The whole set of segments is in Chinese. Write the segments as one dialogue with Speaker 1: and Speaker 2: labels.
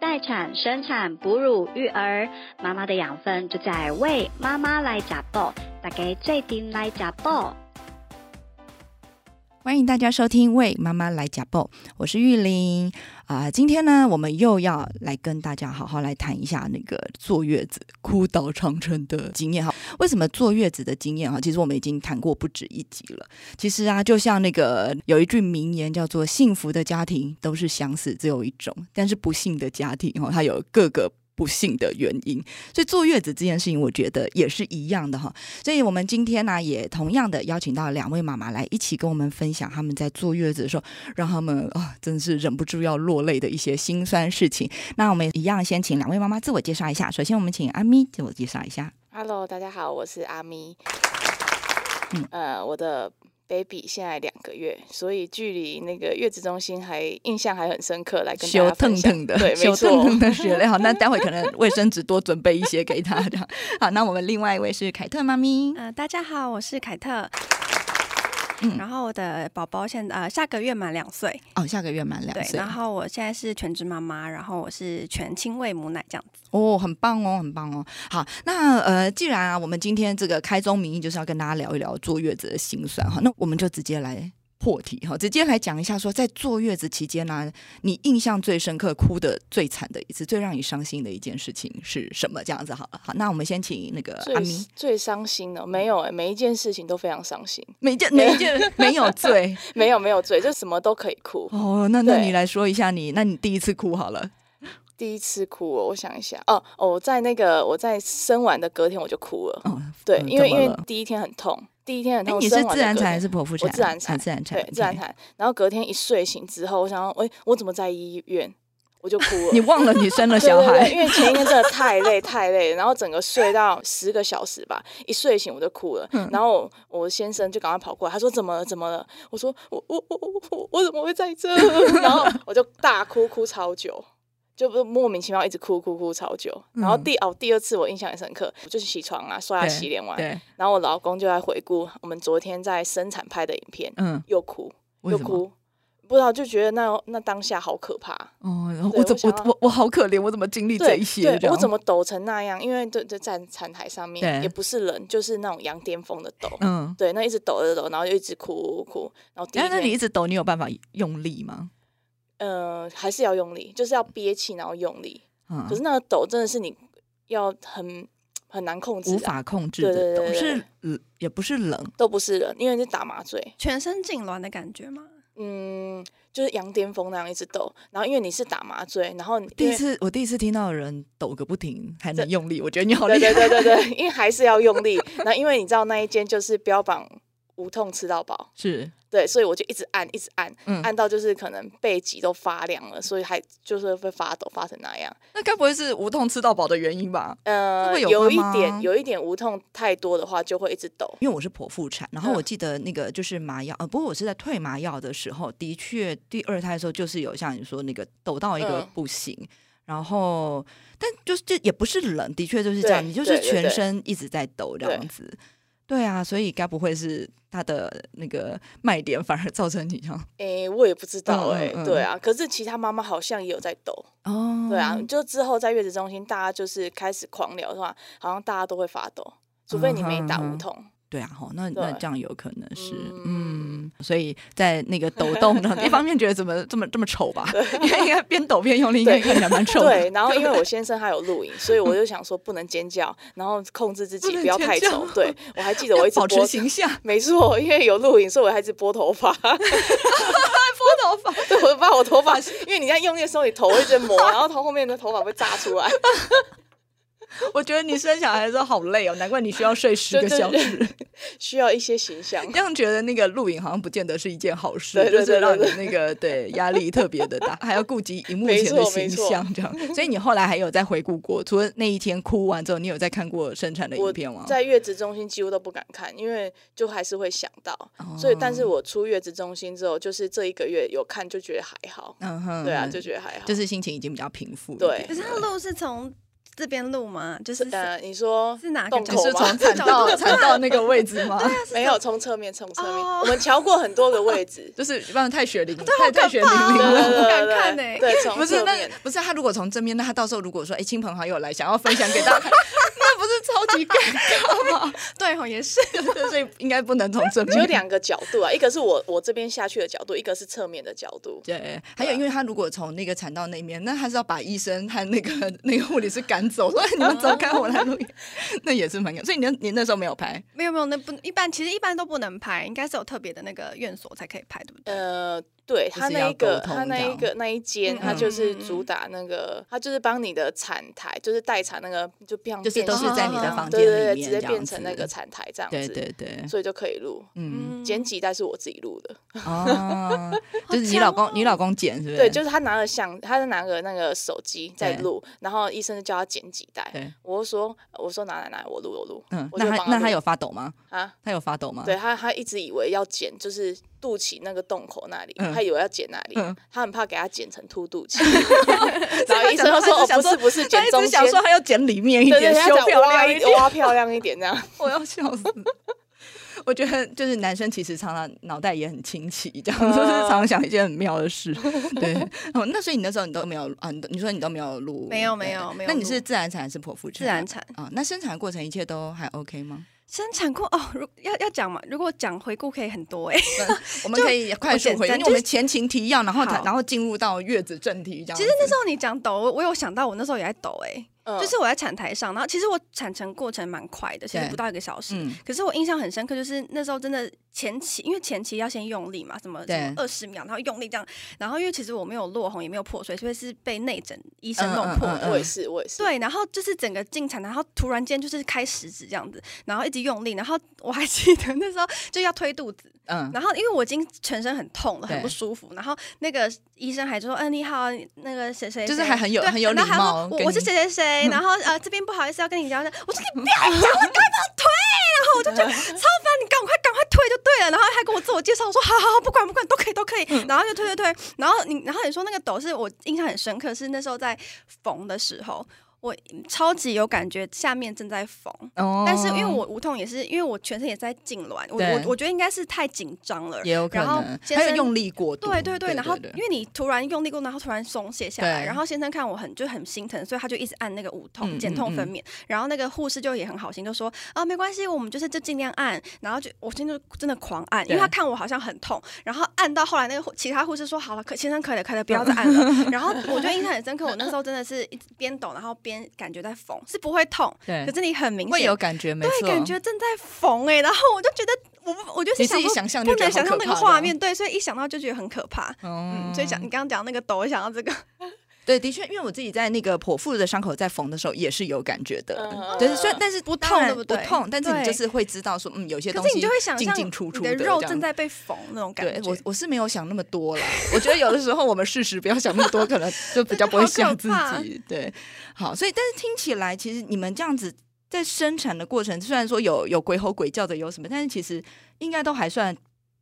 Speaker 1: 待产、生产、哺乳、育儿，妈妈的养分就在为妈妈来加爆，大家最顶来加爆。
Speaker 2: 欢迎大家收听《为妈妈来假报》，我是玉玲啊、今天呢，我们又要来跟大家好好来谈一下那个坐月子哭倒长城的经验哈。为什么坐月子的经验哈？其实我们已经谈过不止一集了。其实啊，就像那个有一句名言叫做“幸福的家庭都是相似，只有一种”，但是不幸的家庭哈，它有各个。不幸的原因，所以坐月子这件事情，我觉得也是一样的哈。所以我们今天呢、也同样的邀请到两位妈妈来一起跟我们分享他们在坐月子的时候，让他们啊、真是忍不住要落泪的一些心酸事情。那我们一样先请两位妈妈自我介绍一下。首先，我们请阿咪自我介绍一下。
Speaker 3: Hello，大家好，我是阿咪。
Speaker 2: 嗯
Speaker 3: 呃，我的 baby 现在两个月，所以距离那个月子中心还印象还很深刻，来跟大
Speaker 2: 修
Speaker 3: 家
Speaker 2: 腾
Speaker 3: 分享。
Speaker 2: 腾的，
Speaker 3: 对，没
Speaker 2: 修腾腾
Speaker 3: 错。
Speaker 2: 的血泪。好，那待会可能卫生纸多准备一些给他这样。好，那我们另外一位是凯特妈咪。
Speaker 4: 呃，大家好，我是凯特。
Speaker 2: 嗯
Speaker 4: 然后我的宝宝现呃下个月满两岁，
Speaker 2: 哦，下个月满两
Speaker 4: 对，
Speaker 2: 岁
Speaker 4: 然。后我现在是全职妈妈，然后我是全亲喂母奶这样子。
Speaker 2: 哦，很棒哦，很棒哦。好，那呃，既然啊，我们今天这个开宗明义就是要跟大家聊一聊坐月子的辛酸哈，那我们就直接来破题哈，直接来讲一下说，在坐月子期间呢、你印象最深刻、哭的最惨的一次、最让你伤心的一件事情是什么？这样子好了。好，那我们先请那个阿
Speaker 3: 最
Speaker 2: 咪，
Speaker 3: 最伤心的没有、欸，每一件事情都非常伤心，
Speaker 2: 每件每一件没 有罪
Speaker 3: 没有没有罪，就什么都可以哭。
Speaker 2: 哦。那那
Speaker 3: 对
Speaker 2: 你来说一下你，那你第一次哭好了。
Speaker 3: 第一次哭哦、我想一下，哦哦，我在那个我在生完的隔天我就哭了，
Speaker 2: 哦，
Speaker 3: 对，
Speaker 2: 嗯
Speaker 3: 因为
Speaker 2: 怎
Speaker 3: 因
Speaker 2: 么
Speaker 3: 为
Speaker 2: 了
Speaker 3: 第一天很痛，第一天很
Speaker 2: 哎，
Speaker 3: 痛。
Speaker 2: 你是
Speaker 3: 生完
Speaker 2: 自
Speaker 3: 的
Speaker 2: 然
Speaker 3: 隔
Speaker 2: 产
Speaker 3: 天
Speaker 2: 还是剖腹
Speaker 3: 我
Speaker 2: 产？
Speaker 3: 自然
Speaker 2: 啊
Speaker 3: 产，
Speaker 2: 自然产，
Speaker 3: 对，自然
Speaker 2: OK。
Speaker 3: 产。然后隔天一睡醒之后，我想说，哎、我怎么在医院？我就哭了。
Speaker 2: 你忘了你生了
Speaker 3: 对
Speaker 2: 小
Speaker 3: 对 对
Speaker 2: 孩，
Speaker 3: 因为前一天真的太累太累了，然后整个睡到十个小时吧，一睡醒我就哭了。
Speaker 2: 嗯
Speaker 3: 然后我我先生就赶快跑过来，他说怎么了怎么了？我说我我我我我我怎么会在这？ 然后我就大哭哭超久。就不莫名其妙一直哭哭哭超久，然后第、哦第二次我印象很深刻，我就是起床啊刷牙
Speaker 2: 嗯对
Speaker 3: 洗脸完，
Speaker 2: 对，
Speaker 3: 然后我老公就在回顾我们昨天在生产拍的影片，
Speaker 2: 嗯，
Speaker 3: 又哭
Speaker 2: 为
Speaker 3: 又
Speaker 2: 什么
Speaker 3: 哭，不知道就觉得那那当下好可怕，
Speaker 2: 哦，
Speaker 3: 对
Speaker 2: 我怎
Speaker 3: 我想
Speaker 2: 我
Speaker 3: 要
Speaker 2: 我我好可怜，我怎么经历这
Speaker 3: 对
Speaker 2: 一些？这
Speaker 3: 对，我
Speaker 2: 样
Speaker 3: 怎么抖成那样？因为对对，在产台上面
Speaker 2: 对
Speaker 3: 也不是人，就是那种羊癫疯的抖，
Speaker 2: 嗯？
Speaker 3: 对，那一直抖着抖，然后就一直哭哭，然后第一
Speaker 2: 然后那你一
Speaker 3: 天
Speaker 2: 直抖，你有办法用力吗？
Speaker 3: 呃还是要用力，就是要憋气，然后用力。
Speaker 2: 嗯
Speaker 3: 可，是那个抖真的是你要很很难控制、啊，
Speaker 2: 无法控制
Speaker 3: 对
Speaker 2: 的
Speaker 3: 对
Speaker 2: 抖，
Speaker 3: 对对
Speaker 2: 是冷也不是冷，
Speaker 3: 都不是人，因为是打麻醉，
Speaker 4: 全身痉挛的感觉吗？
Speaker 3: 嗯，就是羊癫疯那样一直抖，然后因为你是打麻醉，然后你
Speaker 2: 第
Speaker 3: 因
Speaker 2: 一
Speaker 3: 为
Speaker 2: 次我第一次听到有人抖个不停还能
Speaker 3: 这
Speaker 2: 用力，我觉得你好
Speaker 3: 对
Speaker 2: 厉
Speaker 3: 对
Speaker 2: 害。
Speaker 3: 对对对，因为还是要用力，然后因为你知道那一间就是标榜无痛吃到饱。
Speaker 2: 是，
Speaker 3: 对，所以我就一直按，一直按，
Speaker 2: 嗯
Speaker 3: 按到就是可能背脊都发凉了，所以还就是会发抖，发成那样。
Speaker 2: 那该不会是无痛吃到饱的原因吧？
Speaker 3: 呃，
Speaker 2: 会有
Speaker 3: 有
Speaker 2: 关
Speaker 3: 一
Speaker 2: 吗
Speaker 3: 点，有一点无痛太多的话，就会一直抖。
Speaker 2: 因为我是剖腹产，然后
Speaker 3: 嗯
Speaker 2: 我记得那个就是麻药，呃，不过我是在退麻药的时候，的确第二胎的时候就是有像你说那个抖到一个
Speaker 3: 嗯
Speaker 2: 不行，然后但就是这也不是冷，的确就是这样，
Speaker 3: 对
Speaker 2: 你就是
Speaker 3: 对对
Speaker 2: 全
Speaker 3: 对
Speaker 2: 身一直在抖这样
Speaker 3: 对
Speaker 2: 子。对啊，所以该不会是它的那个卖点反而造成你这样？
Speaker 3: 诶，我也不知道
Speaker 2: 嗯
Speaker 3: 诶，
Speaker 2: 嗯嗯
Speaker 3: 对啊。可是其他妈妈好像也有在抖，
Speaker 2: 哦
Speaker 3: 对啊。就之后在月子中心，大家就是开始狂聊的话，好像大家都会发抖，除非你没打
Speaker 2: 嗯哼嗯
Speaker 3: 无
Speaker 2: 哼
Speaker 3: 痛。
Speaker 2: 对啊，吼，那那
Speaker 3: 对
Speaker 2: 这样有可能是，嗯
Speaker 3: 嗯，
Speaker 2: 所以在那个抖动 呢，一方面觉得怎么这么这么丑吧，因为应该边抖边用力，应该
Speaker 3: 对
Speaker 2: 看起来 蛮丑的。
Speaker 3: 对，然后因为我先生他有录影，所以我就想说不能尖叫，然后控制自
Speaker 2: 不
Speaker 3: 己
Speaker 2: 能
Speaker 3: 不要太
Speaker 2: 尖叫
Speaker 3: 丑。对 我还记得我一直
Speaker 2: 保持
Speaker 3: 拨
Speaker 2: 形象，
Speaker 3: 没错，因为有录影，所以我还一直拨头发。
Speaker 2: 拨头发，
Speaker 3: 对，我就把我头发，因为你在用力的时候，你头会一直磨，然后头后面的头发会炸出来。
Speaker 2: 我觉得你生小孩的时候好累哦，难怪你需要睡十个小时。
Speaker 3: 需要一些形象。
Speaker 2: 这样觉得那个录影好像不见得是一件好事，
Speaker 3: 对对
Speaker 2: 就是
Speaker 3: 对
Speaker 2: 让
Speaker 3: 对
Speaker 2: 你那个对压力特别的 大，还要顾及荧幕
Speaker 3: 没
Speaker 2: 前的
Speaker 3: 错
Speaker 2: 形
Speaker 3: 没错
Speaker 2: 象这样。所以你后来还有再回顾过，除了那一天哭完之后，你有再看过生产的影
Speaker 3: 我
Speaker 2: 片吗？
Speaker 3: 在月子中心几乎都不敢看，因为就还是会想到，
Speaker 2: 哦
Speaker 3: 所以但是我出月子中心之后，就是这一个月有看就觉得还好，
Speaker 2: 嗯哼，
Speaker 3: 对啊，
Speaker 2: 嗯
Speaker 3: 就觉得还好，
Speaker 2: 就是心情已经比较平复一
Speaker 3: 对
Speaker 2: 点了，
Speaker 4: 可是他录是从这边录吗？就是
Speaker 3: 呃，你说
Speaker 4: 是哪个
Speaker 3: 洞
Speaker 4: 角
Speaker 2: 你
Speaker 4: 度
Speaker 3: 口
Speaker 2: 是
Speaker 3: 吗
Speaker 2: 从产 道
Speaker 3: 啊
Speaker 2: 产道那个位置吗？。
Speaker 3: 没有从侧面，从侧面，
Speaker 4: 哦
Speaker 3: 我们瞧过很多个位置
Speaker 2: 就是不然太血 淋，
Speaker 3: 啊
Speaker 2: 太太血淋
Speaker 4: 怕
Speaker 2: 淋
Speaker 3: 对
Speaker 4: 哦
Speaker 2: 了。
Speaker 3: 对
Speaker 4: 不敢
Speaker 3: 对
Speaker 4: 看
Speaker 3: 对
Speaker 4: 欸
Speaker 3: 对，从
Speaker 2: 不是，
Speaker 3: 侧
Speaker 2: 那
Speaker 3: 面
Speaker 2: 不是他如果从正面，那他到时候如果说，哎、亲朋好友来想要分享给大家看， 那不是超级尴尬吗？
Speaker 4: 对哦，也是。
Speaker 2: 对，所以应该不能从正面。
Speaker 3: 就有两个角度啊，一个是我我这边下去的角度，一个是侧面的角度。
Speaker 2: 对，还有因为他如果从那个产道那面，那他是要把医生和那个那个护理师赶走，说哎你们走开，我来录音， 那也是蛮尴尬。所以你那你那时候没有拍，
Speaker 4: 没有没有，那不一般，其实一般都不能拍，应该是有特别的那个院所才可以拍，对不对？
Speaker 3: 呃，对
Speaker 2: 就是
Speaker 3: 他那
Speaker 2: 要
Speaker 3: 一个，
Speaker 2: 沟通
Speaker 3: 他那
Speaker 2: 这样
Speaker 3: 一个那一间，
Speaker 4: 嗯
Speaker 3: 他就是主打那个，他就是帮你的产台，就是待产那个，就变
Speaker 2: 就是都是在你的房间
Speaker 3: 对对
Speaker 2: 里
Speaker 3: 对，
Speaker 2: 面
Speaker 3: 直接
Speaker 2: 这样
Speaker 3: 变成那
Speaker 2: 子
Speaker 3: 个产台这样
Speaker 2: 对
Speaker 3: 子，
Speaker 2: 对对，
Speaker 3: 所以就可以录。
Speaker 2: 嗯，
Speaker 3: 剪辑带是我自己录的，
Speaker 2: 哦，就是你老公，你老公剪是不是？
Speaker 3: 对，就是他拿了相，他是拿个那个手机在
Speaker 2: 对
Speaker 3: 录，然后医生就叫他剪几带
Speaker 2: 对，
Speaker 3: 我就说我说拿来拿来，我录我录，
Speaker 2: 嗯，
Speaker 3: 我
Speaker 2: 那
Speaker 3: 就
Speaker 2: 他
Speaker 3: 帮
Speaker 2: 那
Speaker 3: 录
Speaker 2: 他有嗯发抖吗？
Speaker 3: 啊，
Speaker 2: 他有发抖吗？
Speaker 3: 对他，他一直以为要剪，就是肚脐那个洞口那里，
Speaker 2: 嗯
Speaker 3: 他以为要剪那里，
Speaker 2: 嗯
Speaker 3: 他很怕给他剪成凸肚 脐。
Speaker 2: 所以
Speaker 3: 然
Speaker 2: 他
Speaker 3: 后医
Speaker 2: 想到，他一
Speaker 3: 生就说：“哦，
Speaker 2: 直想
Speaker 3: 不
Speaker 2: 说，
Speaker 3: 是不是，
Speaker 2: 他
Speaker 3: 剪
Speaker 2: 一
Speaker 3: 中
Speaker 2: 直
Speaker 3: 间
Speaker 2: 想。说他要剪里面一”
Speaker 3: 对
Speaker 2: 点，
Speaker 3: 对，他
Speaker 2: 修
Speaker 3: 想
Speaker 2: 漂
Speaker 3: 挖
Speaker 2: 亮一
Speaker 3: 一
Speaker 2: 点，
Speaker 3: 挖漂亮一点 这样。
Speaker 2: 我要笑死。我觉得就是男生其实常常脑袋也很清奇，这样
Speaker 4: 嗯
Speaker 2: 就是常常想一些很妙的事。 对，哦，那所以你那时候你都没有啊？你都你说你都没有录？
Speaker 4: 没有
Speaker 2: 对
Speaker 4: 没有没有
Speaker 2: 那你
Speaker 4: 录
Speaker 2: 是自然产还是剖腹产？
Speaker 4: 自然产
Speaker 2: 啊、那生产过程一切都还 OK 吗？
Speaker 4: 生产过哦，如要要讲嘛，如果讲回顾可以很多哎、
Speaker 2: 我们可以快速回
Speaker 4: 我简
Speaker 2: 应，
Speaker 4: 单
Speaker 2: 因为我们前情提要，然后
Speaker 4: 好
Speaker 2: 然后进入到月子正题这样子。
Speaker 4: 其实那时候你讲抖，我我有想到我那时候也在抖哎、
Speaker 3: 嗯
Speaker 4: 就是我在产台上，然后其实我产程过程蛮快的，其实
Speaker 2: 对
Speaker 4: 不到一个小时。
Speaker 2: 嗯，
Speaker 4: 可是我印象很深刻，就是那时候真的前期，因为前期要先用力嘛，什么
Speaker 2: 对
Speaker 4: 什么二十秒，然后用力这样，然后因为其实我没有落红，也没有破碎，所以是被内诊医生弄破
Speaker 2: 嗯嗯嗯
Speaker 4: 的。
Speaker 3: 我也是，我也是。
Speaker 4: 对，然后就是整个进产，然后突然间就是开食指这样子，然后一直用力，然后我还记得那时候就要推肚子，
Speaker 2: 嗯，
Speaker 4: 然后因为我已经全身很痛了，很不
Speaker 2: 对
Speaker 4: 舒服，然后那个医生还就说，嗯、你好，那个谁谁谁，
Speaker 2: 就是还很有
Speaker 4: 对
Speaker 2: 很有
Speaker 4: 然
Speaker 2: 礼
Speaker 4: 后还说
Speaker 2: 貌
Speaker 4: 我
Speaker 2: 跟
Speaker 4: 我是
Speaker 2: 你嗯
Speaker 4: 谁谁谁，然后呃这边不好意思要跟你聊，我说你不要讲了，赶快推，然后我就觉得
Speaker 2: 嗯
Speaker 4: 超烦，你赶快赶快推就对了，然后还跟我自我介绍，我说好好好，不管不管都可以都可以，
Speaker 2: 嗯
Speaker 4: 然后就推推推，然后你然后你说那个抖是我印象很深刻，是那时候在缝的时候。我超级有感觉，下面正在缝，
Speaker 2: 哦
Speaker 4: 但是因为我无痛也是，因为我全身也在痉挛，我
Speaker 2: 对
Speaker 4: 我我觉得应该是太紧张了，
Speaker 2: 也有可
Speaker 4: 然后
Speaker 2: 能，
Speaker 4: 先
Speaker 2: 还有
Speaker 4: 生
Speaker 2: 用力过度，
Speaker 4: 对对对，然后
Speaker 2: 对
Speaker 4: 因为你突然用力过，然后突然松懈下来，
Speaker 2: 对
Speaker 4: 然后先生看我很就很心疼，所以他就一直按那个无
Speaker 2: 嗯
Speaker 4: 痛
Speaker 2: 嗯
Speaker 4: 减痛分
Speaker 2: 嗯
Speaker 4: 娩，然后那个护士就也很好心，就说啊没关系，我们就是就尽量按，然后就我现在就真的狂按，因为
Speaker 2: 对
Speaker 4: 他看我好像很痛，然后按到后来那个护其他护士说好了，可先生可以了，可以了，不要再 按了，然后我就印象很深刻，我那时候真的是一直边抖，然后边感觉在缝，是不会痛，
Speaker 2: 对
Speaker 4: 可是你很明
Speaker 2: 会
Speaker 4: 显
Speaker 2: 有感觉，没错，
Speaker 4: 对，感觉正在缝哎、然后我就觉得我不，我就
Speaker 2: 你
Speaker 4: 是
Speaker 2: 自
Speaker 4: 想
Speaker 2: 己
Speaker 4: 说
Speaker 2: 想象就
Speaker 4: 不
Speaker 2: 觉得
Speaker 4: 能
Speaker 2: 好
Speaker 4: 想
Speaker 2: 可
Speaker 4: 象那个
Speaker 2: 怕
Speaker 4: 画
Speaker 2: 了
Speaker 4: 面，对，所以一想到就觉得很可怕。
Speaker 2: 哦
Speaker 4: 嗯，所以想你刚刚讲那个抖，我想到这个，
Speaker 2: 对，的确，因为我自己在那个剖腹的伤口在缝的时候也是有感觉
Speaker 3: 嗯
Speaker 2: 的，
Speaker 3: 嗯
Speaker 2: 就
Speaker 3: 嗯
Speaker 2: 是虽然
Speaker 3: 嗯
Speaker 2: 但是不
Speaker 4: 痛对
Speaker 2: 不
Speaker 4: 不对
Speaker 2: 痛，但是你就
Speaker 4: 对
Speaker 2: 是会知道说，嗯，有些
Speaker 4: 可
Speaker 2: 东
Speaker 4: 是
Speaker 2: 西
Speaker 4: 你就会想
Speaker 2: 进
Speaker 4: 象
Speaker 2: 进出出
Speaker 4: 你的
Speaker 2: 这
Speaker 4: 肉
Speaker 2: 样
Speaker 4: 正在被缝那种感
Speaker 2: 对
Speaker 4: 觉。
Speaker 2: 我我是没有想那么多啦，我觉得有的时候我们事实不要想那么多，可能就比
Speaker 4: 真
Speaker 2: 较
Speaker 4: 的
Speaker 2: 不会
Speaker 4: 好可
Speaker 2: 吓自
Speaker 4: 怕
Speaker 2: 己。对，好，所以但是听起来，其实你们这样子在生产的过程，虽然说有有鬼吼鬼叫的，有什么，但是其实应该都还算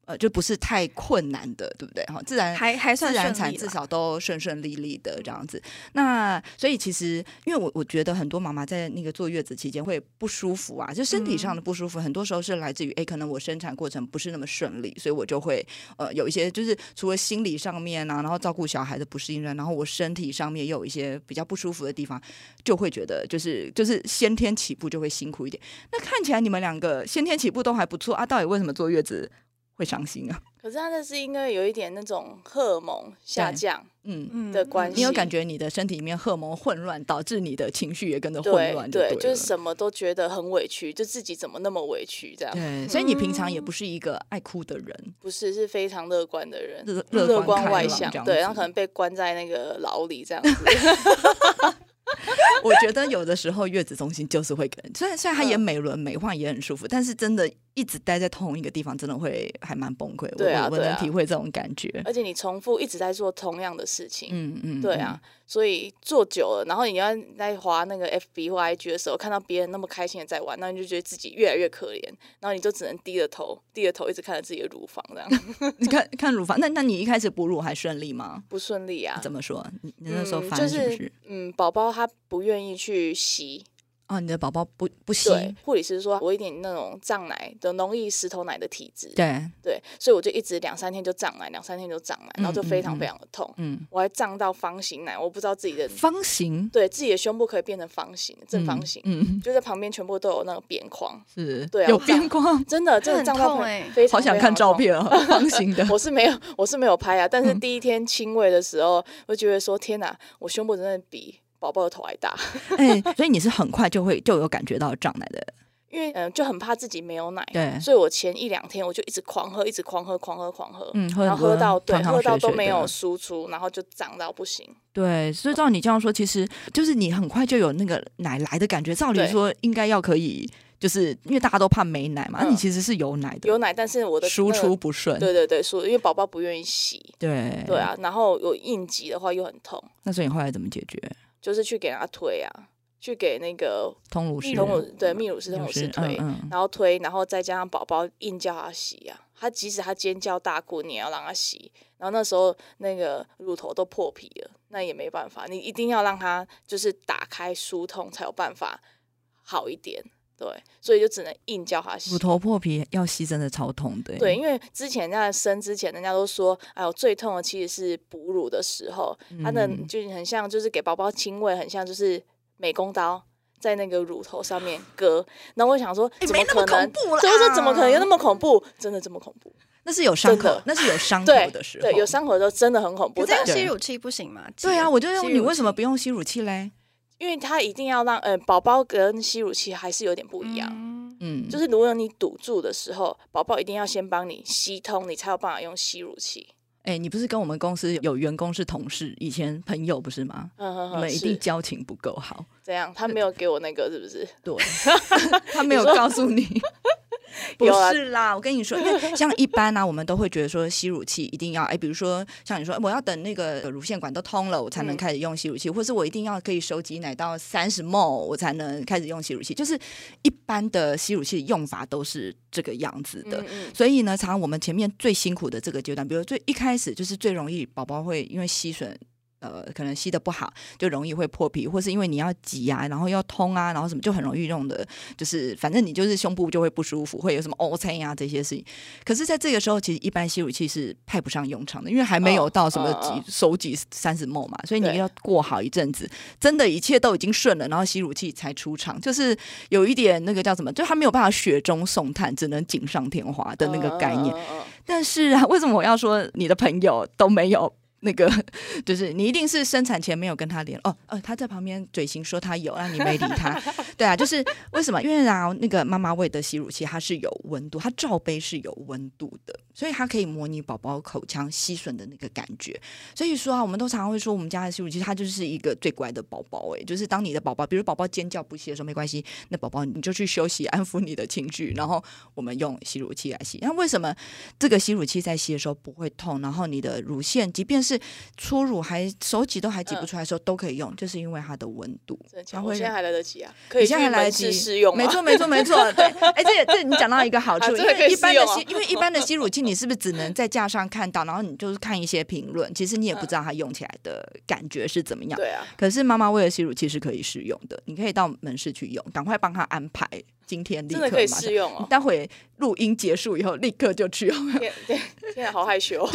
Speaker 2: 呃，就不是太困难的，对不对？哈，自然
Speaker 4: 还还算
Speaker 2: 自然
Speaker 4: 顺
Speaker 2: 产
Speaker 4: 利
Speaker 2: 至
Speaker 4: 啦
Speaker 2: 少都顺顺利利的这样子。那所以其实，因为我我觉得很多妈妈在那个坐月子期间会不舒服啊，就身体上的
Speaker 4: 嗯
Speaker 2: 不舒服，很多时候是来自于诶，可能我生产过程不是那么顺利，所以我就会呃有一些就是除了心理上面啊，然后照顾小孩的不适应然后我身体上面也有一些比较不舒服的地方，就会觉得就是就是先天起步就会辛苦一点。那看起来你们两个先天起步都还不错啊，到底为什么坐月子会伤心啊？
Speaker 3: 可是他那是因为有一点那种荷尔蒙下降，
Speaker 2: 嗯。
Speaker 4: 嗯
Speaker 3: 的关
Speaker 2: 你
Speaker 3: 系
Speaker 2: 有感觉你的身体里面荷尔蒙混乱，导致你的情绪也跟着混
Speaker 3: 对
Speaker 2: 乱
Speaker 3: 对
Speaker 2: 对，，
Speaker 3: 就是。什么都觉得很委屈，就自己怎么那么委屈这样。
Speaker 2: 对，所以你平常也不是一个爱哭的人，
Speaker 3: 不是，是非常乐观的人，
Speaker 2: 乐乐
Speaker 3: 乐
Speaker 2: 观
Speaker 3: 观
Speaker 2: 开
Speaker 3: 外
Speaker 2: 朗
Speaker 3: 向
Speaker 2: 这样，
Speaker 3: 对，
Speaker 2: 子
Speaker 3: 然后可能被关在那个牢里这 样子。
Speaker 2: 我觉得有的时候月子中心就是会给人，虽然虽然它也美轮美奂，也很舒服，但是真的一直待在同一个地方，真的会还蛮崩溃。我
Speaker 3: 对啊
Speaker 2: 我我
Speaker 3: 对
Speaker 2: 能
Speaker 3: 啊
Speaker 2: 体会这种感觉。
Speaker 3: 而且你重复一直在做同样的事情，
Speaker 2: 嗯嗯，
Speaker 3: 对啊，所以做久了，然后你要在滑那个 FB 或 IG 的时候，看到别人那么开心的在玩，那你就觉得自己越来越可怜，然后你就只能低着头，低着头一直看着自己的乳房，这样
Speaker 2: 嗯。你看看乳房，那那你一开始哺乳还顺利吗？
Speaker 3: 不顺利啊。
Speaker 2: 怎么说？你你那时候
Speaker 3: 嗯
Speaker 2: 烦
Speaker 3: 就
Speaker 2: 了是不
Speaker 3: 是
Speaker 2: 是？
Speaker 3: 嗯，宝宝他他不愿意去洗。
Speaker 2: 哦，你的宝宝不不吸，
Speaker 3: 对，护理师说我有一点那种胀奶的容易石头奶的体质，
Speaker 2: 对，
Speaker 3: 对所以我就一直两三天就胀奶，两三天就胀奶，然后就非常非常的痛，
Speaker 2: 嗯，
Speaker 3: 我还胀到方形奶，我不知道自己的
Speaker 2: 方形
Speaker 3: 对自己的胸部可以变成方形正方形，
Speaker 2: 嗯，嗯
Speaker 3: 就在旁边全部都有那个边框，
Speaker 2: 是，
Speaker 3: 对啊
Speaker 2: 有
Speaker 3: 我长
Speaker 2: 边框，
Speaker 3: 真的，
Speaker 4: 这
Speaker 3: 真的
Speaker 4: 很
Speaker 3: 胀到
Speaker 4: 痛
Speaker 3: 很
Speaker 4: 欸
Speaker 3: 非常
Speaker 2: 好想看照。片 嗯哦，方形的
Speaker 3: 非常痛我是没有，我是没有拍啊。但是第一天亲喂的时候，我觉得说天哪，我胸部真的比宝宝的头还大，
Speaker 2: 哎、所以你是很快就会就有感觉到胀奶的，
Speaker 3: 因为嗯、呃就很怕自己没有奶，
Speaker 2: 对
Speaker 3: 所以我前一两天我就一直狂喝，一直狂喝，狂喝，狂喝，
Speaker 2: 嗯，
Speaker 3: 然后喝到对
Speaker 2: 汤汤
Speaker 3: 喝到
Speaker 2: 水水
Speaker 3: 都没
Speaker 2: 的
Speaker 3: 有输出，然后就胀到不行。
Speaker 2: 对，所以照你这样说，其实就是你很快就有那个奶来的感觉。照理
Speaker 3: 对
Speaker 2: 说应该要可以，就是因为大家都怕没奶嘛，那你
Speaker 3: 嗯
Speaker 2: 其实是有奶的，
Speaker 3: 有奶，但是我的
Speaker 2: 输
Speaker 3: 那个
Speaker 2: 出不顺。
Speaker 3: 对对对，输，因为宝宝不愿意洗，
Speaker 2: 对
Speaker 3: 对，啊，然后有应急的话又很痛，
Speaker 2: 那所以你后来怎么解决？
Speaker 3: 就是去给他推啊，去给那个
Speaker 2: 通乳石，
Speaker 3: 通乳对泌乳师通
Speaker 2: 乳
Speaker 3: 乳师
Speaker 2: 石，
Speaker 3: 推，
Speaker 2: 嗯嗯，
Speaker 3: 然后推，然后再加上宝宝硬叫他洗啊，他即使他尖叫大哭，你也要让他洗。然后那时候那个乳头都破皮了，那也没办法，你一定要让他就是打开疏通才有办法好一点。对，所以就只能硬叫他洗
Speaker 2: 乳。头破皮要吸真的超痛的，
Speaker 3: 对，因为之前人家生之前，人家都说，哎呦，最痛的其实是哺乳的时候，它的
Speaker 2: 嗯
Speaker 3: 就是很像，就是给宝宝亲喂，很像就是美工刀在那个乳头上面割。然后我想说，
Speaker 4: 哎
Speaker 3: 怎
Speaker 4: 没那么
Speaker 3: 可能？
Speaker 4: 恐怖啦
Speaker 3: 所以我说怎么可能有那么恐怖？真的这么恐怖？
Speaker 2: 那是有伤
Speaker 3: 真
Speaker 2: 口
Speaker 3: 的，
Speaker 2: 那是有伤口
Speaker 3: 对
Speaker 2: 的时候，
Speaker 3: 对，有。伤口的时候真的很恐怖
Speaker 4: 可，是用
Speaker 3: 但
Speaker 2: 对
Speaker 4: 吸乳器不行吗？
Speaker 2: 对啊，我就用
Speaker 4: 吸
Speaker 2: 你
Speaker 4: 乳
Speaker 2: 为什么
Speaker 4: 器
Speaker 2: 不用吸乳器嘞？
Speaker 3: 因为它一定要让呃宝宝跟吸乳期还是有点不一样。
Speaker 4: 嗯
Speaker 2: 嗯，
Speaker 3: 就是是如果你堵住的时候，宝宝一定要先帮你吸通，你才有办法用吸乳器。
Speaker 2: 哎，你不是跟我们公司有员工是同事，以前朋友不是吗？
Speaker 3: 嗯
Speaker 2: 你
Speaker 3: 哼哼，
Speaker 2: 们一
Speaker 3: 是
Speaker 2: 定交情不够 好，
Speaker 3: 这样，他没有给我那个是不是？
Speaker 2: 对，他没有告诉你。不
Speaker 3: 有啊
Speaker 2: 是啦，我跟你说，因为像一般呢、啊我们都会觉得说吸乳器一定要，哎，比如说像你说，哎我要等那个乳腺管都通了，我才能
Speaker 3: 嗯
Speaker 2: 开始用吸乳器，或是我一定要可以收集奶到三十 ml，我才能开始用吸乳器。就是一般的吸乳器的用法都是这个样子的。
Speaker 3: 嗯嗯，
Speaker 2: 所以呢，常常我们前面最辛苦的这个阶段，比如最啊一开始就是最容易宝宝会因为吸吮。呃，可能吸的不好，就容易会破皮，或是因为你要挤啊，然后要通啊，然后什么就很容易弄的，就是反正你就是胸部就会不舒服，会有什么 O C 啊这些事情。可是，在这个时候，其实一般吸乳器是派不上用场的，因为还没有
Speaker 3: 哦
Speaker 2: 到什么
Speaker 3: 嗯
Speaker 2: 几、
Speaker 3: 嗯
Speaker 2: 手挤三十 m 嘛，所以你
Speaker 3: 对
Speaker 2: 要过好一阵子，真的一切都已经顺了，然后吸乳器才出场，就是有一点那个叫什么，就他没有办法雪中送炭，只能锦上添花的那个概念。
Speaker 3: 嗯嗯嗯嗯
Speaker 2: 但是啊，为什么我要说你的朋友都没有？那个 就是你一定是生产前没有跟他联哦，呃，他在旁边嘴型说他有，啊让你没理他。对啊，就是为什么？因为啊，那个妈妈喂的吸乳器它是有温度，它罩杯是有温度的，所以它可以模拟宝宝口腔吸吮的那个感觉。所以说啊，我们都常常会说，我们家的吸乳器它就是一个最乖的宝宝。哎，就是当你的宝宝，比如宝宝尖叫不息的时候，没关系，那宝宝你就去休息，安抚你的情绪，然后我们用吸乳器来吸。那为什么这个吸乳器在吸的时候不会痛，然后你的乳腺即便是初乳还手挤都还挤不出来的时候、都可以用，就是因为它的温度。
Speaker 3: 真的
Speaker 2: 它
Speaker 3: 假的
Speaker 2: 会
Speaker 3: 我现在
Speaker 2: 让
Speaker 3: 还来得及啊，可
Speaker 2: 你
Speaker 3: 以
Speaker 2: 现在还
Speaker 3: 去
Speaker 2: 来得
Speaker 3: 门市
Speaker 2: 及
Speaker 3: 试用啊吗
Speaker 2: 没错，没错， 没错。对，哎，这也这你讲到一个好
Speaker 3: 啊
Speaker 2: 处，
Speaker 3: 真
Speaker 2: 因
Speaker 3: 的可
Speaker 2: 为
Speaker 3: 以
Speaker 2: 一般
Speaker 3: 试
Speaker 2: 的
Speaker 3: 用啊
Speaker 2: 吸，因为一般的吸乳器你是不是只能在架上看到，然后你就是看一些评论，其实你也不知道它用起来的感觉是怎么样。
Speaker 3: 嗯对啊，
Speaker 2: 可是妈妈为了吸乳器是可以试用的，你可以到门市去用，赶快帮她安排，今天立
Speaker 3: 真
Speaker 2: 刻
Speaker 3: 的可以
Speaker 2: 马上
Speaker 3: 试用
Speaker 2: 你
Speaker 3: 哦。
Speaker 2: 待会录音结束以后，立刻就去用。
Speaker 3: 天天，天啊，好害羞。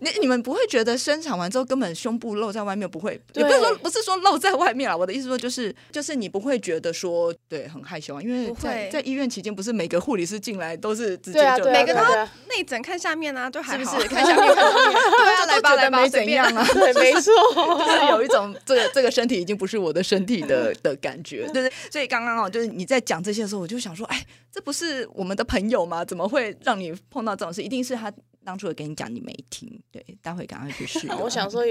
Speaker 2: 你你们不会觉得生产完之后根本胸部露在外面不会？也
Speaker 3: 对
Speaker 2: 不是说不是说露在外面啦，我的意思说就是就是你不会觉得说对很害羞啊，因为
Speaker 4: 不
Speaker 2: 在
Speaker 4: 会
Speaker 2: 在医院期间不是每个护理师进来都是直接
Speaker 3: 对啊，
Speaker 2: 就
Speaker 3: 对啊，
Speaker 4: 每个都
Speaker 3: 对 啊
Speaker 4: 内诊看下面啊，就还
Speaker 2: 是不
Speaker 4: 好
Speaker 2: 是看下面
Speaker 4: 对啊，来吧来吧，
Speaker 2: 没
Speaker 4: 随
Speaker 2: 怎
Speaker 4: 便
Speaker 2: 样
Speaker 4: 啊。
Speaker 2: 啊，
Speaker 3: 对，没 错。。
Speaker 2: 就是有一种这个这个身体已经不是我的身体的的感觉，对对。所以刚刚哦，就是你在讲这些的时候，我就想说，哎，这不是我们的朋友吗？怎么会让你碰到这种事？一定是他当初有跟你讲，你没听。对，待会赶快去试
Speaker 3: 我想。说，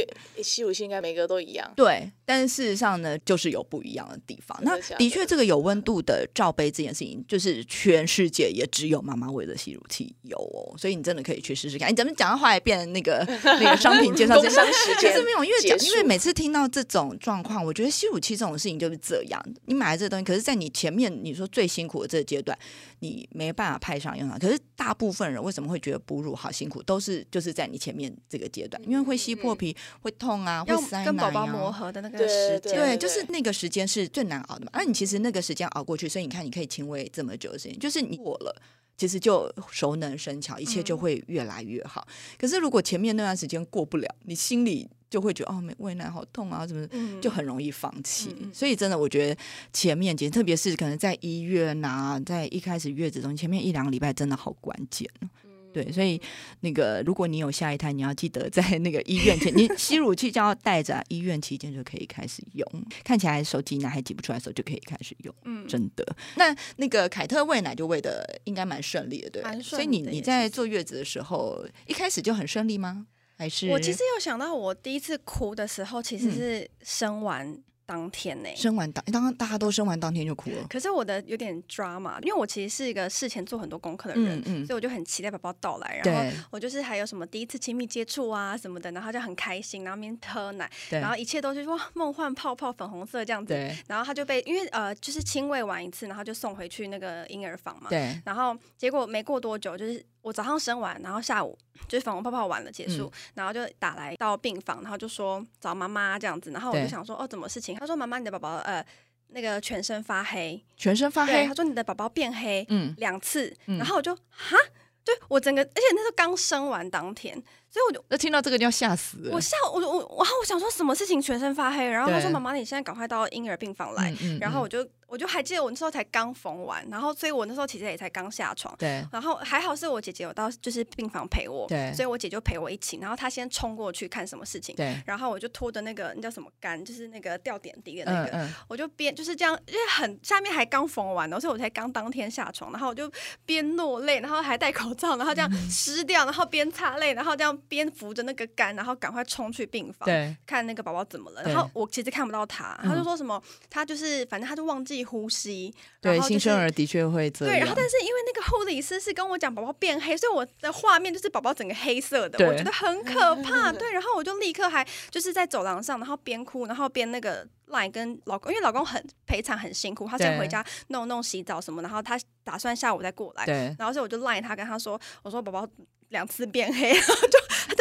Speaker 3: 吸乳器应该每个都一样。
Speaker 2: 对，但事实上呢，就是有不一样的地方。那
Speaker 3: 真的假的
Speaker 2: 的确，这个有温度的罩杯这件事情，就是全世界也只有妈妈为了吸乳器有哦，所以你真的可以去试试看。哎，咱们讲到后来变成那 个那个商品介绍，
Speaker 3: 工商 时
Speaker 2: 就
Speaker 3: 间
Speaker 2: 是没有，因为
Speaker 3: 结
Speaker 2: 讲，
Speaker 3: 束
Speaker 2: 因为每次听到这种状况，我觉得吸乳器这种事情就是这样。你买了这个东西，可是在你前面你说最辛苦的这个阶段，你没办法派上用场。可是大部分人为什么会觉得哺乳好？辛苦，都是就是在你前面这个阶段，因为会吸
Speaker 3: 嗯
Speaker 2: 破皮、会痛啊，会
Speaker 4: 要
Speaker 2: 塞奶、啊、
Speaker 4: 跟宝宝磨合的那个
Speaker 3: 对
Speaker 4: 时
Speaker 3: 对
Speaker 4: 间，
Speaker 2: 对，就是那个时间是最难熬的嘛。那、啊你其实那个时间熬过去，所以你看，你可以轻微这么久的时间，就是你过了。其实就熟能生巧，一切就会越来越好。可是如果前面那段时间过不了，你心里就会觉得哦，没喂奶好痛啊，什么的，
Speaker 3: 嗯
Speaker 2: 就很容易放弃。
Speaker 3: 嗯嗯
Speaker 2: 所以真的，我觉得前面几，特别是可能在医院啊，在一开始月子中，前面一两个礼拜真的好关键。哦
Speaker 4: 嗯
Speaker 2: 对，所以那个，如果你有下一胎，你要记得在那个医院前，你吸乳器就要带着啊，医院期间就可以开始用。看起来手挤奶还挤不出来的时候，就可以开始用，
Speaker 4: 嗯，
Speaker 2: 真的。那那个凯特喂奶就喂的应该蛮顺利的，对不对
Speaker 4: 蛮
Speaker 2: 所以
Speaker 4: 顺利
Speaker 2: 你
Speaker 4: 的
Speaker 2: 你
Speaker 4: 耶
Speaker 2: 在
Speaker 4: 其实
Speaker 2: 坐月子的时候，一开始就很顺利吗？还是嗯
Speaker 4: 我其实有想到，我第一次哭的时候，其实是生完当天呢、
Speaker 2: 生完当当大家都生完当天就哭了，
Speaker 4: 可是我的有点 drama，因为我其实是一个事前做很多功课的人，
Speaker 2: 嗯嗯
Speaker 4: 所以我就很期待宝宝到来，然后
Speaker 2: 对
Speaker 4: 我就是还有什么第一次亲密接触啊什么的，然后就很开心，然后边喝奶，
Speaker 2: 对
Speaker 4: 然后一切都是哇梦幻泡泡粉红色这样子，
Speaker 2: 对
Speaker 4: 然后他就被因为呃就是亲喂完一次，然后就送回去那个婴儿房嘛，
Speaker 2: 对，
Speaker 4: 然后结果没过多久，就是我早上生完，然后下午就是粉红泡泡完了结束，
Speaker 2: 嗯
Speaker 4: 然后就打来到病房，然后就说找妈妈这样子，然后我
Speaker 2: 对
Speaker 4: 就想说哦，怎么事情？他说妈妈，你的宝宝呃那个全身发黑，
Speaker 2: 全身发
Speaker 4: 对，
Speaker 2: 黑
Speaker 4: 他，说你的宝宝变黑、
Speaker 2: 嗯，
Speaker 4: 两次，
Speaker 2: 嗯
Speaker 4: 然后我就哈。对我整个，而且那时候刚生完当天，所以我就
Speaker 2: 那听到这个就要吓死了，
Speaker 4: 我吓我我我，然后我想说什么事情全身发黑，然后他说
Speaker 2: 对
Speaker 4: 妈妈你现在赶快到婴儿病房来，
Speaker 2: 嗯，嗯
Speaker 4: 然后
Speaker 2: 嗯
Speaker 4: 我就我就还记得我那时候才刚缝完，然后所以我那时候其实也才刚下床，
Speaker 2: 对
Speaker 4: 然后还好是我姐姐有到就是病房陪我，
Speaker 2: 对
Speaker 4: 所以我姐就陪我一起，然后她先冲过去看什么事情，
Speaker 2: 对，
Speaker 4: 然后我就拖着那个那叫什么杆，就是那个吊点滴的
Speaker 2: 嗯
Speaker 4: 那个，
Speaker 2: 嗯，
Speaker 4: 我就边就是这样，因为很下面还刚缝完哦的，所以我才刚当天下床，然后我就边落泪，然后还戴口罩，然后这样
Speaker 2: 嗯
Speaker 4: 湿掉，然后边擦泪，然后这样边扶着那个杆，然后赶快冲去病房，
Speaker 2: 对
Speaker 4: 看那个宝宝怎么了。
Speaker 2: 对
Speaker 4: 然后我其实看不到他，
Speaker 2: 嗯
Speaker 4: 他就说什么，他就是反正他就忘记呼吸，
Speaker 2: 对，
Speaker 4: 然后就
Speaker 2: 新
Speaker 4: 是
Speaker 2: 生儿的确会这样，
Speaker 4: 对，然后但是因为那个护理师是跟我讲宝宝变黑，所以我的画面就是宝宝整个黑色的
Speaker 2: 对，
Speaker 4: 我觉得很可怕。对，然后我就立刻还就是在走廊上，然后边哭，然后边那个 line 跟老公，因为老公很赔偿很辛苦，他先
Speaker 2: 对
Speaker 4: 回家弄弄洗澡什么，然后他打算下午再过来，
Speaker 2: 对。
Speaker 4: 然后所以我就 line 他跟他说，我说宝宝两次变黑，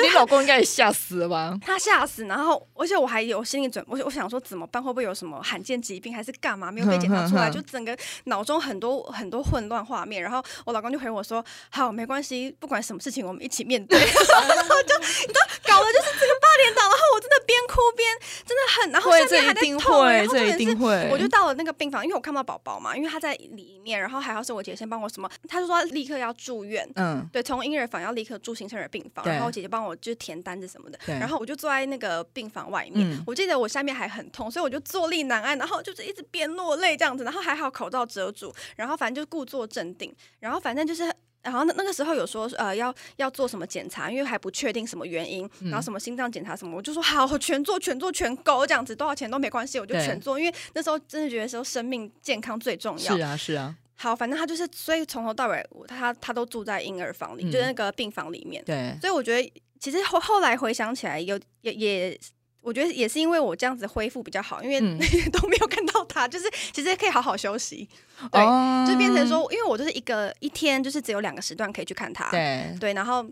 Speaker 2: 你老公应该也吓死了 吧？
Speaker 4: 他吓死，然后而且我还有心理准，我我想说怎么办？会不会有什么罕见疾病还是干嘛没有被检查出来？就整个脑中很多很多混乱画面。然后我老公就回我说：“好，没关系，不管什么事情，我们一起面对。” 然后我就你知道，搞的就是这个八点档，然后我真的边哭边真的很，然后
Speaker 2: 会，
Speaker 4: 下
Speaker 2: 这
Speaker 4: 面还
Speaker 2: 一
Speaker 4: 在
Speaker 2: 定
Speaker 4: 痛、欸，
Speaker 2: 会，
Speaker 4: 然后重
Speaker 2: 这
Speaker 4: 点
Speaker 2: 一
Speaker 4: 是
Speaker 2: 定会。
Speaker 4: 我就到了那个病房，因为我看不到宝宝嘛，因为他在里面，然后还好是我姐先帮我什么，他就说他立刻要住院，
Speaker 2: 嗯，
Speaker 4: 对，从婴儿房要立刻住新生儿病房，
Speaker 2: 对
Speaker 4: 然后我姐姐帮我就是填单子什么的，
Speaker 2: 对
Speaker 4: 然后我就坐在那个病房外面，
Speaker 2: 嗯
Speaker 4: 我记得我下面还很痛，所以我就坐立难安，然后就是一直边落泪这样子，然后还好口罩遮住，然后反正就故作镇定，然后反正就是。然后那那个时候有说呃要要做什么检查，因为还不确定什么原因，然
Speaker 2: 嗯
Speaker 4: 后什么心脏检查什么，我就说好，我全做全做全勾这样子，多少钱都没关系，我就
Speaker 2: 对
Speaker 4: 全做，因为那时候真的觉得说生命健康最重要
Speaker 2: 是。啊，是啊，
Speaker 4: 好，反正他就是，所以从头到尾，我他他都住在婴儿房里，
Speaker 2: 嗯
Speaker 4: 就是那个病房里面。
Speaker 2: 对，
Speaker 4: 所以我觉得，其实后后来回想起来有，也也，我觉得也是因为我这样子恢复比较好，因为、
Speaker 2: 嗯
Speaker 4: 都没有看到他，就是其实可以好好休息，对
Speaker 2: 哦
Speaker 4: 就变成，说，因为我就是一个一天就是只有两个时段可以去看他，
Speaker 2: 对。
Speaker 4: 对然后，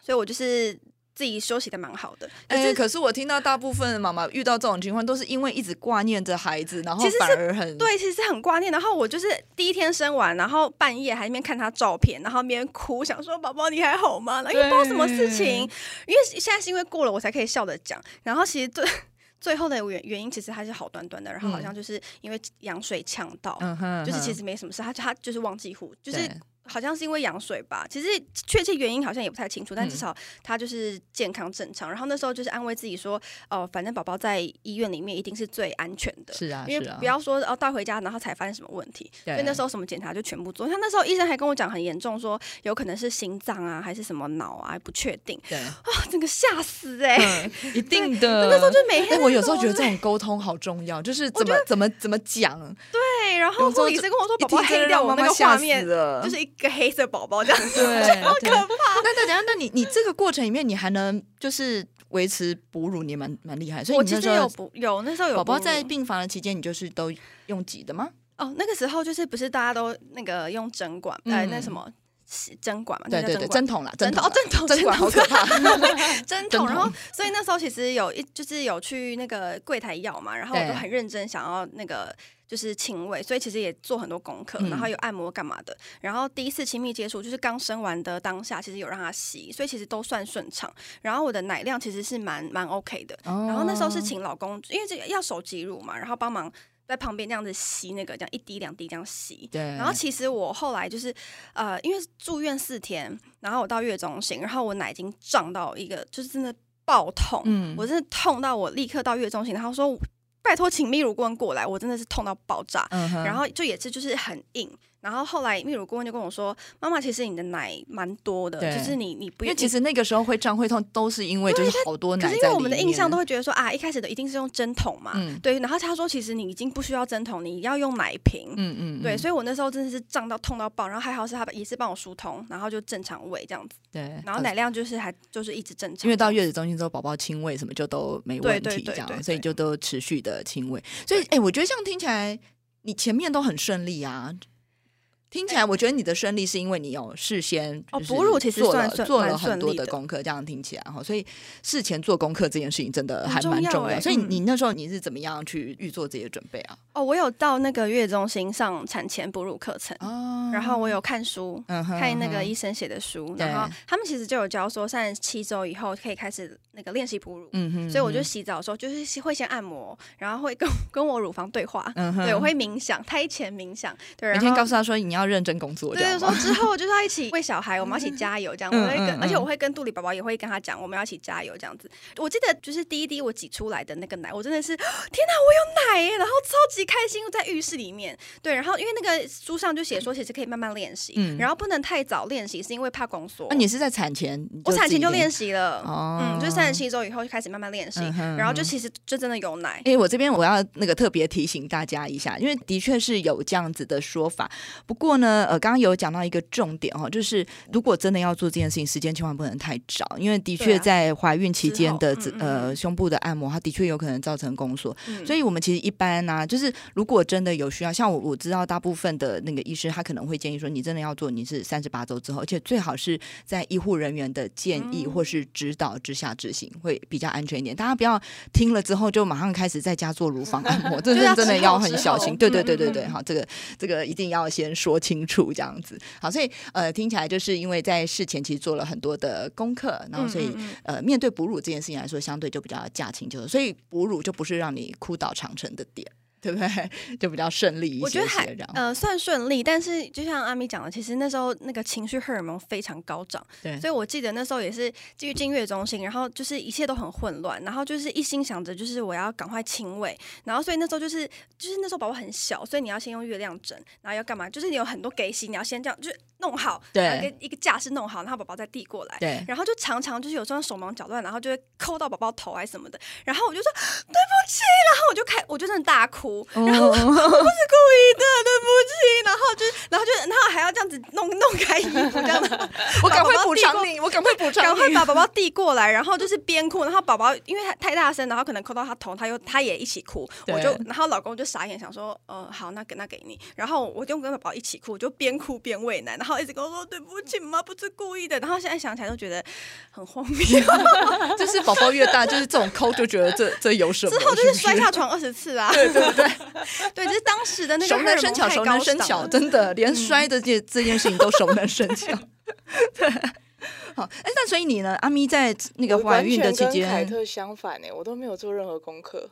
Speaker 4: 所以我就是自己休息的蛮好的，可
Speaker 2: 哎，
Speaker 4: 是
Speaker 2: 可是我听到大部分的妈妈遇到这种情况，都是因为一直挂念着孩子，然后
Speaker 4: 其实是
Speaker 2: 反而很，
Speaker 4: 对，其实很挂念。然后我就是第一天生完，然后半夜还在那边看他照片，然后那边哭，想说宝宝你还好吗？然后因为不知道什么事情，因为现在是因为过了我才可以笑着讲。然后其实最最后的原原因其实还是好端端的，然后好像就是因为羊水呛到，
Speaker 2: 嗯哼，
Speaker 4: 就是其
Speaker 2: 嗯
Speaker 4: 实没什么事，他他就是忘记呼，就
Speaker 2: 哼
Speaker 4: 是
Speaker 2: 对
Speaker 4: 好像是因为羊水吧，其实确切原因好像也不太清楚，
Speaker 2: 嗯
Speaker 4: 但至少他就是健康正常。然后那时候就是安慰自己说，哦、反正宝宝在医院里面一定是最安全的，
Speaker 2: 是啊，
Speaker 4: 因
Speaker 2: 是
Speaker 4: 为
Speaker 2: 啊
Speaker 4: 不要说哦带回家然后才发现什么问题，
Speaker 2: 对
Speaker 4: 所以那时候什么检查就全部做。他那时候医生还跟我讲很严重，说有可能是心脏啊还是什么脑啊不确定，
Speaker 2: 对，
Speaker 4: 哇、整个吓死哎、
Speaker 2: 嗯 一定的。
Speaker 4: 那时候就每
Speaker 2: 哎，
Speaker 4: 天
Speaker 2: 我有时候觉得这种沟通好重要，就是怎么怎么怎么讲，
Speaker 4: 对，然后
Speaker 2: 有时候
Speaker 4: 护理师跟我说
Speaker 2: 一
Speaker 4: 宝宝
Speaker 2: 听真的
Speaker 4: 黑掉
Speaker 2: 让
Speaker 4: 我
Speaker 2: 妈
Speaker 4: 那
Speaker 2: 妈
Speaker 4: 个
Speaker 2: 吓
Speaker 4: 画
Speaker 2: 死
Speaker 4: 面，
Speaker 2: 了
Speaker 4: 就是一个黑色宝 宝这样子，
Speaker 2: 对，好
Speaker 4: 可
Speaker 2: 怕。那那等一下，那你你这个过程里面，你还能就是维持哺乳，你也蛮蛮厉害。所以
Speaker 4: 我
Speaker 2: 你
Speaker 4: 其
Speaker 2: 那
Speaker 4: 实
Speaker 2: 时候
Speaker 4: 有不有那时候有
Speaker 2: 宝宝
Speaker 4: 哺乳
Speaker 2: 在病房的期间，你就是都用挤的吗？
Speaker 4: 哦，那个时候就是不是大家都那个用针管，
Speaker 2: 嗯
Speaker 4: 哎、那什么针管嘛，
Speaker 2: 对
Speaker 4: 那
Speaker 2: 对
Speaker 4: 叫
Speaker 2: 对，针
Speaker 4: 针
Speaker 2: 筒啦，
Speaker 4: 针
Speaker 2: 筒
Speaker 4: 筒哦，针筒，
Speaker 2: 针管好可怕。
Speaker 4: 针
Speaker 2: 针
Speaker 4: 筒，然后
Speaker 2: 筒
Speaker 4: 所以那时候其实有一就是有去那个柜台要嘛，然后我
Speaker 2: 对
Speaker 4: 就很认真想要那个就是亲喂，所以其实也做很多功课，
Speaker 2: 嗯
Speaker 4: 然后有按摩干嘛的。然后第一次亲密接触就是刚生完的当下，其实有让他吸，所以其实都算顺畅。然后我的奶量其实是蛮蛮 OK 的。然
Speaker 2: 然
Speaker 4: 后那时
Speaker 2: 哦
Speaker 4: 候是请老公，因为这个要手挤乳嘛，然后帮忙在旁边那样子吸那个，这样一滴两滴这样吸。
Speaker 2: 对，
Speaker 4: 然后其实我后来就是，呃，因为住院四天，然后我到月中心，然后我奶已经胀到一个，就是真的爆痛，
Speaker 2: 嗯
Speaker 4: 我真的痛到我立刻到月中心，然后说拜托请泌乳顾问过来，我真的是痛到爆炸。
Speaker 2: 嗯哼，
Speaker 4: 然后就也是就是很硬，然后后来泌乳顾问就跟我说，妈妈其实你的奶蛮多的，
Speaker 2: 对
Speaker 4: 就是你你不
Speaker 2: 因为
Speaker 4: 用
Speaker 2: 其实那个时候会胀会痛，都是因为就是好多奶
Speaker 4: 可
Speaker 2: 在里
Speaker 4: 是
Speaker 2: 面。
Speaker 4: 因为我们的印象都会觉得说啊，一开始的一定是用针筒嘛，
Speaker 2: 嗯
Speaker 4: 对。然后他说，其实你已经不需要针筒，你要用奶瓶。
Speaker 2: 嗯嗯，
Speaker 4: 对，
Speaker 2: 嗯
Speaker 4: 所以我那时候真的是胀到痛到爆，然后还好是他也是帮我疏通，然后就正常喂这样子，
Speaker 2: 对，
Speaker 4: 然后奶量就是还就是一直正常，
Speaker 2: 哎因为到月子中心之后，宝宝亲喂什么就都没问
Speaker 4: 对
Speaker 2: 题，
Speaker 4: 对对
Speaker 2: 这样，
Speaker 4: 对对
Speaker 2: 所以就都持续的亲喂。所以，哎、我觉得这样听起来，你前面都很顺利啊。听起来，我觉得你的顺利是因为你有事先
Speaker 4: 哎哦
Speaker 2: 就是
Speaker 4: 哺乳其实
Speaker 2: 做
Speaker 4: 算
Speaker 2: 了
Speaker 4: 顺
Speaker 2: 做
Speaker 4: 蛮
Speaker 2: 了很
Speaker 4: 顺
Speaker 2: 多
Speaker 4: 利
Speaker 2: 的
Speaker 4: 的
Speaker 2: 功课，这样听起来哈，所以事前做功课这件事情真的
Speaker 4: 很
Speaker 2: 还
Speaker 4: 重
Speaker 2: 蛮
Speaker 4: 要
Speaker 2: 重要。
Speaker 4: 欸
Speaker 2: 所以
Speaker 4: 嗯
Speaker 2: 你那时候你是怎么样去预做这些准备啊？
Speaker 4: 哦，我有到那个月中心上产前哺乳课程，
Speaker 2: 哦
Speaker 4: 嗯然后我有看书。
Speaker 2: 嗯哼
Speaker 4: 看那
Speaker 2: 嗯
Speaker 4: 个
Speaker 2: 哼
Speaker 4: 医生写的书，
Speaker 2: 对
Speaker 4: 然后他们其实就有教说，三十七周以后可以开始那个练习哺乳，
Speaker 2: 嗯哼，
Speaker 4: 所以我就
Speaker 2: 嗯
Speaker 4: 洗澡的时候就是会先按摩，然后会跟 跟我乳房对话，
Speaker 2: 嗯哼
Speaker 4: 对，我会冥想，胎前冥想，
Speaker 2: 每
Speaker 4: 对，然
Speaker 2: 天
Speaker 4: 后
Speaker 2: 告诉他说你要认真工作，这
Speaker 4: 对，就
Speaker 2: 样
Speaker 4: 说
Speaker 2: 吗
Speaker 4: 之后就是要 一起为小孩，我们要一起加油这样。
Speaker 2: 嗯
Speaker 4: 我会
Speaker 2: 嗯
Speaker 4: 跟，
Speaker 2: 嗯
Speaker 4: 而且我会跟肚里宝宝也会跟他讲，我们要一起加油这样子。我记得就是第一滴我挤出来的那个奶，我真的是天哪，我有奶耶！然后超级开心，在浴室里面。对，然后因为那个书上就写说，其实可以慢慢练习，
Speaker 2: 嗯
Speaker 4: 然后不能太早练习，是因为怕宫缩。
Speaker 2: 啊那你是在产前，你
Speaker 4: 我产前就练
Speaker 2: 习，
Speaker 4: 习了，
Speaker 2: 哦
Speaker 4: 嗯，就三十七周以后就开始慢慢练习，
Speaker 2: 嗯哼
Speaker 4: 然后就
Speaker 2: 嗯哼
Speaker 4: 其实就真的有奶。
Speaker 2: 哎、我这边我要那个特别提醒大家一下，因为的确是有这样子的说法。不过呢，呃，刚刚有讲到一个重点哦，就是如果真的要做这件事情，时间千万不能太早，因为的
Speaker 4: 对
Speaker 2: 确
Speaker 4: 啊
Speaker 2: 在怀孕期间的
Speaker 4: 之后嗯嗯
Speaker 2: 呃
Speaker 4: 嗯
Speaker 2: 胸部的按摩，它的确有可能造成宫缩。
Speaker 4: 嗯
Speaker 2: 所以我们其实一般呢、就是如果真的有需要，像我我知道大部分的那个医师，他可能会建议说，你真的要做，你是三十八周之后，而且最好是在医护人员的建议
Speaker 4: 嗯
Speaker 2: 或是指导之下执行，会比较安全一点。大家不要听了之后就马上开始在家做乳房按 摩，这
Speaker 4: 就是要
Speaker 2: 真的
Speaker 4: 之后
Speaker 2: 要很
Speaker 4: 之
Speaker 2: 小
Speaker 4: 后
Speaker 2: 心。对对
Speaker 4: 嗯
Speaker 2: 对对
Speaker 4: 嗯
Speaker 2: 对，
Speaker 4: 嗯
Speaker 2: 好，这个这个一定要先说清楚这样子。好，所以呃，听起来就是因为在事前其实做了很多的功课，然后所以
Speaker 4: 嗯嗯嗯
Speaker 2: 呃，面对哺乳这件事情来说，相对就比较驾轻就熟，所以哺乳就不是让你哭倒长城的点， 对不对？就比较顺利一些
Speaker 4: 我觉得还
Speaker 2: 些这样。
Speaker 4: 呃算顺利，但是就像阿咪讲的，其实那时候那个情绪荷尔蒙非常高涨，
Speaker 2: 对
Speaker 4: 所以我记得那时候也是基于进月中心，然后就是一切都很混乱，然后就是一心想着就是我要赶快亲喂，然后所以那时候就是就是那时候宝宝很小，所以你要先用月亮枕，然后要干嘛？就是你有很多给洗，你要先这样就是弄好，
Speaker 2: 对
Speaker 4: 然后一个一个架势弄好，然后宝宝再递过来。
Speaker 2: 对，
Speaker 4: 然后就常常就是有时候手忙脚乱，然后就会扣到宝宝头还是什么的，然后我就说对不起，然后我就开我就真的大哭，然
Speaker 2: 哦
Speaker 4: 后我我不是故意的，对不起，然后就然后就然后还要这样子弄弄开衣服这样子，
Speaker 2: 我赶
Speaker 4: 把宝
Speaker 2: 快
Speaker 4: 宝
Speaker 2: 补
Speaker 4: 递
Speaker 2: 偿
Speaker 4: 过
Speaker 2: 你，我赶快补偿
Speaker 4: 赶快
Speaker 2: 你。
Speaker 4: 把宝宝递过来，然后就是边哭，然后宝宝因为他太大声，然后可能扣到他头，他又他也一起哭，
Speaker 2: 对
Speaker 4: 我就然后老公就傻眼，想说，呃，好，那给那给你，然后我就跟宝宝一起哭，我就边哭边喂奶，然后一直跟我说对不起妈，不是故意的，然后现在想起来都觉得很荒 谬，
Speaker 2: 就是宝宝越大，就是这种抠就觉得这这有什么？
Speaker 4: 之后就是
Speaker 2: 不
Speaker 4: 摔下床二十次啊，
Speaker 2: 对对对，
Speaker 4: 对，就是当时的那个
Speaker 2: 熟
Speaker 4: 荷
Speaker 2: 能
Speaker 4: 尔
Speaker 2: 生
Speaker 4: 蒙
Speaker 2: 巧，
Speaker 4: 太
Speaker 2: 熟
Speaker 4: 高
Speaker 2: 能生
Speaker 4: 涨
Speaker 2: 巧，
Speaker 4: 了
Speaker 2: 真的连摔的这这件事情都熟能生 巧。对，好，哎，那所以你呢？阿咪在那个
Speaker 3: 我
Speaker 2: 怀
Speaker 3: 完
Speaker 2: 孕的
Speaker 3: 全
Speaker 2: 期
Speaker 3: 跟凯
Speaker 2: 间，
Speaker 3: 特 相反哎、我都没有做任何功课，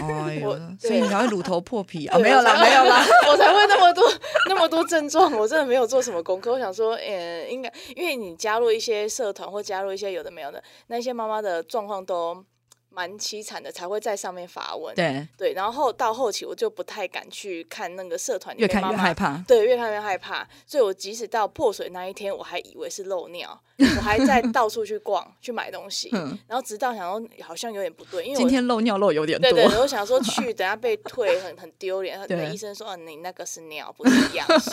Speaker 2: 哎
Speaker 3: 我
Speaker 2: 呦，
Speaker 3: 对
Speaker 2: 所以你才会乳头破皮啊？
Speaker 3: 对
Speaker 2: 没有啦，没有 啦。，
Speaker 3: 我才我才会那么多 那么多症状，我真的没有做什么功课。我想说，嗯、应该因为你加入一些社团或加入一些有的没有的，那些妈妈的状况都蛮凄惨的，才会在上面发文。
Speaker 2: 对，
Speaker 3: 对，然后到后期我就不太敢去看那个社团里
Speaker 2: 越
Speaker 3: 面
Speaker 2: 看
Speaker 3: 妈
Speaker 2: 越
Speaker 3: 妈
Speaker 2: 害怕。
Speaker 3: 对，越看越害怕，所以我即使到破水那一天，我还以为是漏尿，我还在到处去逛去买东西，
Speaker 2: 嗯
Speaker 3: 然后直到想说好像有点不对，因为
Speaker 2: 今
Speaker 3: 我
Speaker 2: 天漏尿漏有点多
Speaker 3: 对，对，我想说去，等下被退很很丢脸。那
Speaker 2: 对
Speaker 3: 医生说，啊，你那个是尿，不是羊水。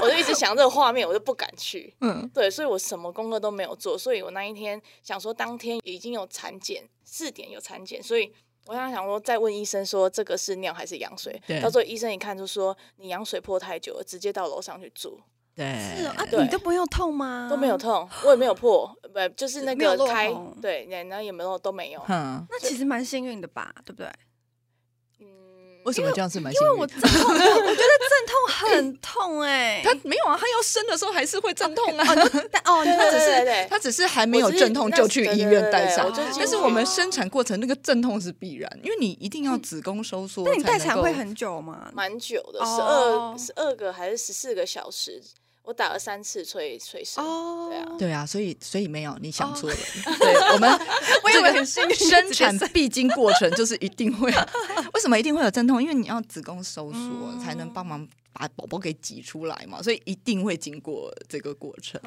Speaker 3: 我就一直想这个画面，我就不敢去。
Speaker 2: 嗯，
Speaker 3: 对，所以我什么功课都没有做，所以我那一天想说，当天已经有产检，四点有产检，所以我想想说，再问医生说这个是尿还是羊水
Speaker 2: 对。
Speaker 3: 到最后医生一看就说，你羊水破太久了，直接到楼上去住。
Speaker 2: 对，
Speaker 4: 是哦啊，
Speaker 3: 对
Speaker 4: 你都不会有痛吗？
Speaker 3: 都没有。痛，我也没有破，不就是那
Speaker 4: 啊没有
Speaker 3: 个
Speaker 4: 落
Speaker 3: 开
Speaker 4: 红
Speaker 3: 对，然后也没有都没有。
Speaker 2: 哼，
Speaker 4: 那其实蛮幸运的吧，对不对？
Speaker 3: 嗯，
Speaker 2: 为什么这样是蛮
Speaker 4: 因
Speaker 2: 幸
Speaker 4: 为
Speaker 2: 运
Speaker 4: 我
Speaker 2: 的？
Speaker 4: 阵痛，我觉得阵痛很痛哎、
Speaker 2: 他没有啊，他要生的时候还是会阵痛啊，
Speaker 4: 但哦，
Speaker 3: 对对
Speaker 4: 那只
Speaker 3: 对
Speaker 4: 是
Speaker 3: 对对，
Speaker 2: 他只是还没有
Speaker 3: 我只是
Speaker 2: 阵痛
Speaker 3: 那
Speaker 2: 就去医院带
Speaker 3: 对
Speaker 2: 上
Speaker 3: 对。对对
Speaker 4: 哦
Speaker 3: 就
Speaker 2: 但是我们
Speaker 3: 进去
Speaker 2: 生产过程那个阵痛是必然，因为你一定要子宫收缩。
Speaker 4: 嗯那你待产
Speaker 2: 能够
Speaker 4: 会很久吗？
Speaker 3: 蛮久的，十
Speaker 4: 哦
Speaker 3: 二十二个还是十四个小时，我打了三次催催生。
Speaker 4: 哦，
Speaker 3: 对啊
Speaker 2: 对啊，所以所以没有你想
Speaker 4: 哦
Speaker 2: 错了。 对我们
Speaker 4: 我以
Speaker 2: 这
Speaker 4: 为
Speaker 2: 个
Speaker 4: 很幸运
Speaker 2: 生产必经过程就是一定 会，为什么一定会有阵痛？因为你要子宫收缩、
Speaker 4: 嗯
Speaker 2: 才能帮忙把宝宝给挤出来嘛，所以一定会经过这个过程。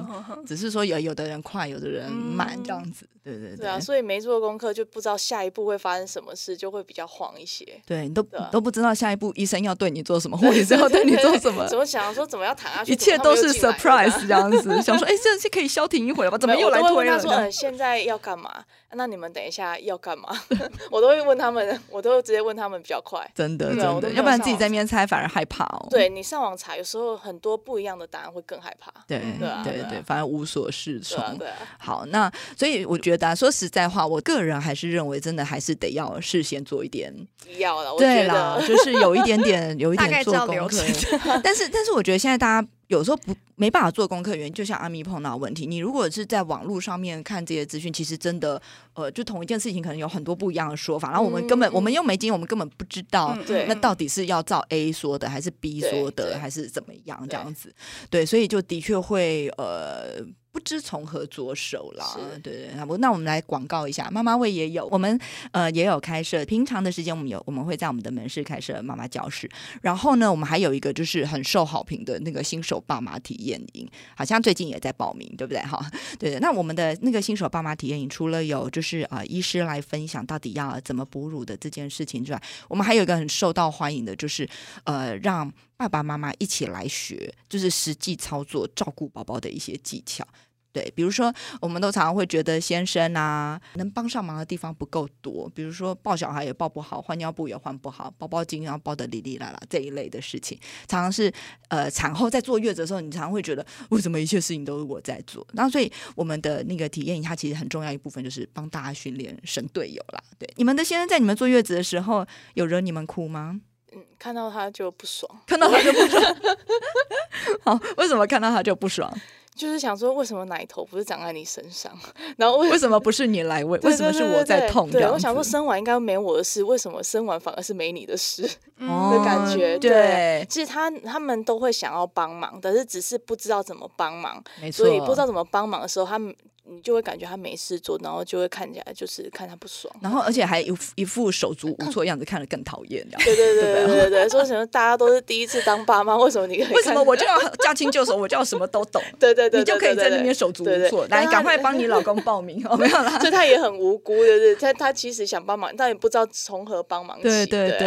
Speaker 2: 只是说有有的人快，有的人慢
Speaker 4: 嗯
Speaker 2: 这样子。对对对。
Speaker 3: 对啊，所以没做功课就不知道下一步会发生什么事，就会比较慌一些。
Speaker 2: 对你都
Speaker 3: 对啊
Speaker 2: 你都不知道下一步医生要对你做什么，护理师要对你做什么，
Speaker 3: 怎么想说怎么要躺下去，
Speaker 2: 一切都是
Speaker 3: 怎么他们又进来啊
Speaker 2: surprise 这样子，想说 哎，这是可以消停一会儿吧？怎么
Speaker 3: 没有
Speaker 2: 又来
Speaker 3: 我都会
Speaker 2: 推
Speaker 3: 问
Speaker 2: 了
Speaker 3: 他？说：“呃，现在要干嘛？那你们等一下要干嘛？” 我都会问他们，我都会直接问他们比较快。
Speaker 2: 真的
Speaker 3: 对啊
Speaker 2: 真
Speaker 3: 我都
Speaker 2: 的，
Speaker 3: 没有
Speaker 2: 要不然
Speaker 3: 上
Speaker 2: 自己
Speaker 3: 网
Speaker 2: 在那边猜反而害怕哦。
Speaker 3: 对你上网查，有时候很多不一样的答案会更害怕。
Speaker 2: 对
Speaker 3: 对啊对
Speaker 2: 对
Speaker 3: 啊
Speaker 2: 对，反正无所适
Speaker 3: 对 啊，
Speaker 2: 从。
Speaker 3: 对啊，
Speaker 2: 好，那所以我觉得、啊、说实在话，我个人还是认为，真的还是得要事先做一点，
Speaker 3: 要了，我
Speaker 2: 对
Speaker 3: 觉
Speaker 2: 啦，
Speaker 3: 得
Speaker 2: 就是有一点点，有一
Speaker 4: 大
Speaker 2: 点
Speaker 4: 概知
Speaker 2: 做
Speaker 4: 道
Speaker 2: 功
Speaker 4: 流
Speaker 2: 课
Speaker 4: 程。
Speaker 2: 但是，但是我觉得现在大家有时候不没办法做功课，原因就像阿咪碰到的问题，你如果是在网络上面看这些资讯，其实真的，呃，就同一件事情可能有很多不一样的说法，然后我们根本、
Speaker 4: 嗯
Speaker 2: 我们又没经验，我们根本不知道。
Speaker 4: 嗯
Speaker 3: 对
Speaker 2: 那到底是要照 A 说的，还是 B
Speaker 3: 对
Speaker 2: 说的，
Speaker 3: 对
Speaker 2: 还是怎么样这
Speaker 3: 对
Speaker 2: 样子？对，所以就的确会呃不知从何着手啦。
Speaker 3: 是
Speaker 2: 对对，好不，那我们来广告一下，妈妈味也有，我们呃也有开设，平常的时间我们有我们会在我们的门市开设妈妈教室，然后呢，我们还有一个就是很受好评的那个新手爸妈体验营，好像最近也在报名，对不对？哈，对对，那我们的那个新手爸妈体验营，除了有就是呃医师来分享到底要怎么哺乳的这件事情之外，我们还有一个很受到欢迎的，就是呃让爸爸妈妈一起来学，就是实际操作照顾宝宝的一些技巧。对，比如说，我们都常常会觉得先生啊，能帮上忙的地方不够多，比如说抱小孩也抱不好，换尿布也换不好，包包巾要包的哩哩啦啦这一类的事情，常常是呃产后在坐月子的时候，你常常会觉得为什么一切事情都是我在做？然后所以我们的那个体验营，它其实很重要一部分就是帮大家训练神队友啦。对，你们的先生在你们坐月子的时候有惹你们哭吗？
Speaker 3: 嗯，看到他就不爽，
Speaker 2: 看到他就不爽。 好，为什么看到他就不爽？
Speaker 3: 就是想说为什么奶头不是长在你身上， 然后为
Speaker 2: 为什么不是你来喂？
Speaker 3: 对
Speaker 2: 为什么是我在痛？
Speaker 3: 对对对
Speaker 2: 这
Speaker 3: 对，
Speaker 2: 样
Speaker 3: 我想说
Speaker 2: 子
Speaker 3: 生完应该没我的事，为什么生完反而是没你的事？
Speaker 4: 嗯
Speaker 2: 哦
Speaker 3: 的感觉对
Speaker 2: 对，
Speaker 3: 其实他他们都会想要帮忙，但是只是不知道怎么帮忙，
Speaker 2: 没错，
Speaker 3: 所以不知道怎么帮忙的时候，他们你就会感觉他没事做，然后就会看起来就是看他不爽。
Speaker 2: 然后而且还一副一副手足无措样子，看得更讨厌。 这样
Speaker 3: 对对对对对 对，说什么大家都是第一次当爸妈，为什么你可以看？
Speaker 2: 为什么我就要驾轻就熟，我就要什么都懂？
Speaker 3: 对 对对，
Speaker 2: 你就可以在那边
Speaker 3: 手
Speaker 2: 手足
Speaker 3: 对
Speaker 2: 无
Speaker 3: 对
Speaker 2: 措，
Speaker 3: 但
Speaker 2: 来
Speaker 3: 他
Speaker 2: 赶快帮你老公报名哦，没 有啦。
Speaker 3: 所以他也很无辜，对对，他他其实想帮忙，但也不知道从何帮忙起。
Speaker 2: 对对
Speaker 3: 对啊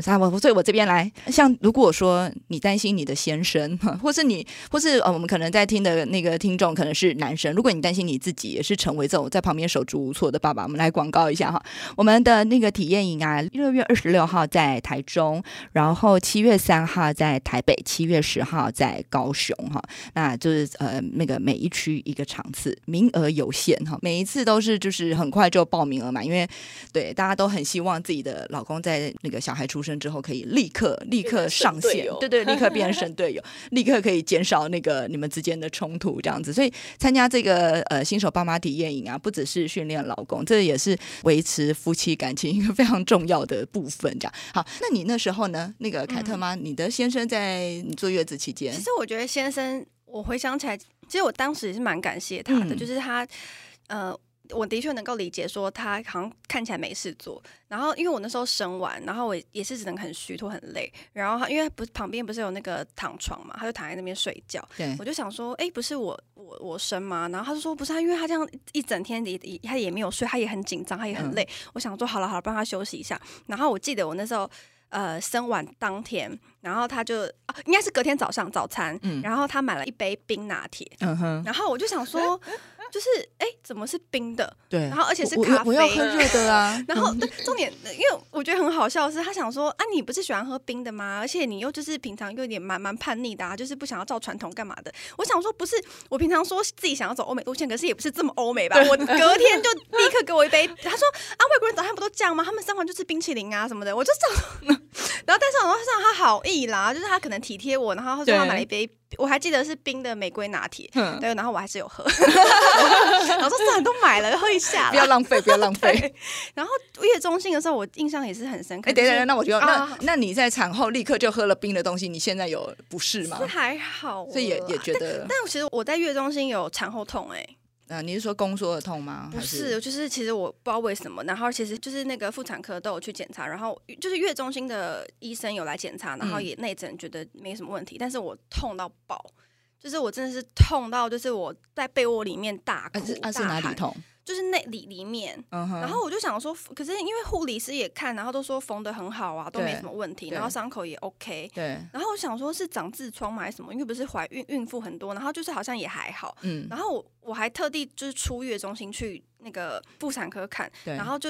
Speaker 2: 对，啊、我所以，我这边来，像如果说你担心你的先生，或是你，或是呃，我们可能在听的那个听众可能是男生，如果你担心你自己也是成为这种在旁边手足无措的爸爸，我们来广告一下哈，我们的那个体验营啊，六月二十六号在台中，然后七月三号在台北，七月十号在高雄哈，那就是呃那个每一区一个场次，名额有限哈，每一次都是就是很快就报名额嘛，因为对大家都很希望自己的老公在那个小孩出生之后可以立刻立刻上
Speaker 3: 变成神队
Speaker 2: 线，
Speaker 3: 友
Speaker 2: 对对，立刻 变成神队友，立刻可以减少那个你们之间的冲突这样子，所以参加这个呃新手爸妈体验营啊，不只是训练老公，这也是维持夫妻感情一个非常重要的部分。这样好，那你那时候呢？那个凯特妈，你的先生在你坐月子期间
Speaker 4: 嗯其，实我觉得先生，我回想起来，其实我当时也是蛮感谢他的，
Speaker 2: 嗯
Speaker 4: 就是他，呃。我的确能够理解，说他好像看起来没事做。然后，因为我那时候生完，然后我也是只能很虚脱、很累。然后他，因为不是旁边不是有那个躺床嘛，他就躺在那边睡觉。
Speaker 2: 对
Speaker 4: 我就想说，哎、不是我我我生吗？然后他就说不是啊，因为他这样一整天也也他也没有睡，他也很紧张，他也很
Speaker 2: 嗯
Speaker 4: 累。我想说好了好了，帮他休息一下。然后我记得我那时候。呃，生完当天，然后他就、啊、应该是隔天早上早餐，
Speaker 2: 嗯
Speaker 4: 然后他买了一杯冰拿铁，
Speaker 2: 嗯哼，
Speaker 4: 然后我就想说，就是哎、怎么是冰的？
Speaker 2: 对，
Speaker 4: 然后而且是
Speaker 2: 我我
Speaker 4: 咖
Speaker 2: 要
Speaker 4: 啡，
Speaker 2: 我要喝热的啊
Speaker 4: 。然后对重点，因为我觉得很好笑的是，他想说啊，你不是喜欢喝冰的吗？而且你又就是平常又有点蛮蛮叛逆的、啊，就是不想要照传统干嘛的。我想说，不是我平常说自己想要走欧美路线，可是也不是这么欧美吧？ 我隔天就立刻给我一杯，他说啊，外国人早餐不都这样吗？他们三完就吃冰淇淋啊什么的，我就想说， 然后但是我让他好意啦，就是他可能体贴我，然后他说他
Speaker 2: 对
Speaker 4: 买了一杯，我还记得是冰的玫瑰拿铁。
Speaker 2: 嗯
Speaker 4: 对，然后我还是有喝，然后说算了，都买了，喝一下啦。
Speaker 2: 不要浪费，不要浪费。
Speaker 4: 然后月中性的时候，我印象也是很深刻。
Speaker 2: 哎，等一
Speaker 4: 就
Speaker 2: 下，
Speaker 4: 是
Speaker 2: 那我就那
Speaker 4: 啊
Speaker 2: 那你在产后立刻就喝了冰的东西，你现在有不适吗
Speaker 4: 是？还好啦，
Speaker 2: 所以也也觉得，
Speaker 4: 但其实我在月中心有产后痛、哎，
Speaker 2: 呃，你是说宫缩的痛吗？
Speaker 4: 不
Speaker 2: 还
Speaker 4: 是，，就是其实我不知道为什么，然后其实就是那个妇产科都有去检查，然后就是月中心的医生有来检查，然后
Speaker 2: 嗯
Speaker 4: 也内诊觉得没什么问题，但是我痛到爆，就是我真的是痛到，就是我在被窝里面大哭
Speaker 2: 啊是
Speaker 4: 大
Speaker 2: 啊是哪里
Speaker 4: 喊，
Speaker 2: 痛？
Speaker 4: 就是那里里面，
Speaker 2: 嗯哼。
Speaker 4: 然后我就想说，可是因为护理师也看，然后都说缝的很好啊，都没
Speaker 2: 对
Speaker 4: 什么问题，
Speaker 2: 对
Speaker 4: 然后伤口也 OK。
Speaker 2: 对，
Speaker 4: 然后我想说是长痔疮吗还是什么？因为不是怀孕孕妇很多，然后就是好像也还好。
Speaker 2: 嗯，
Speaker 4: 然后我我还特地就是出月中心去那个妇产科看，
Speaker 2: 对，
Speaker 4: 然后就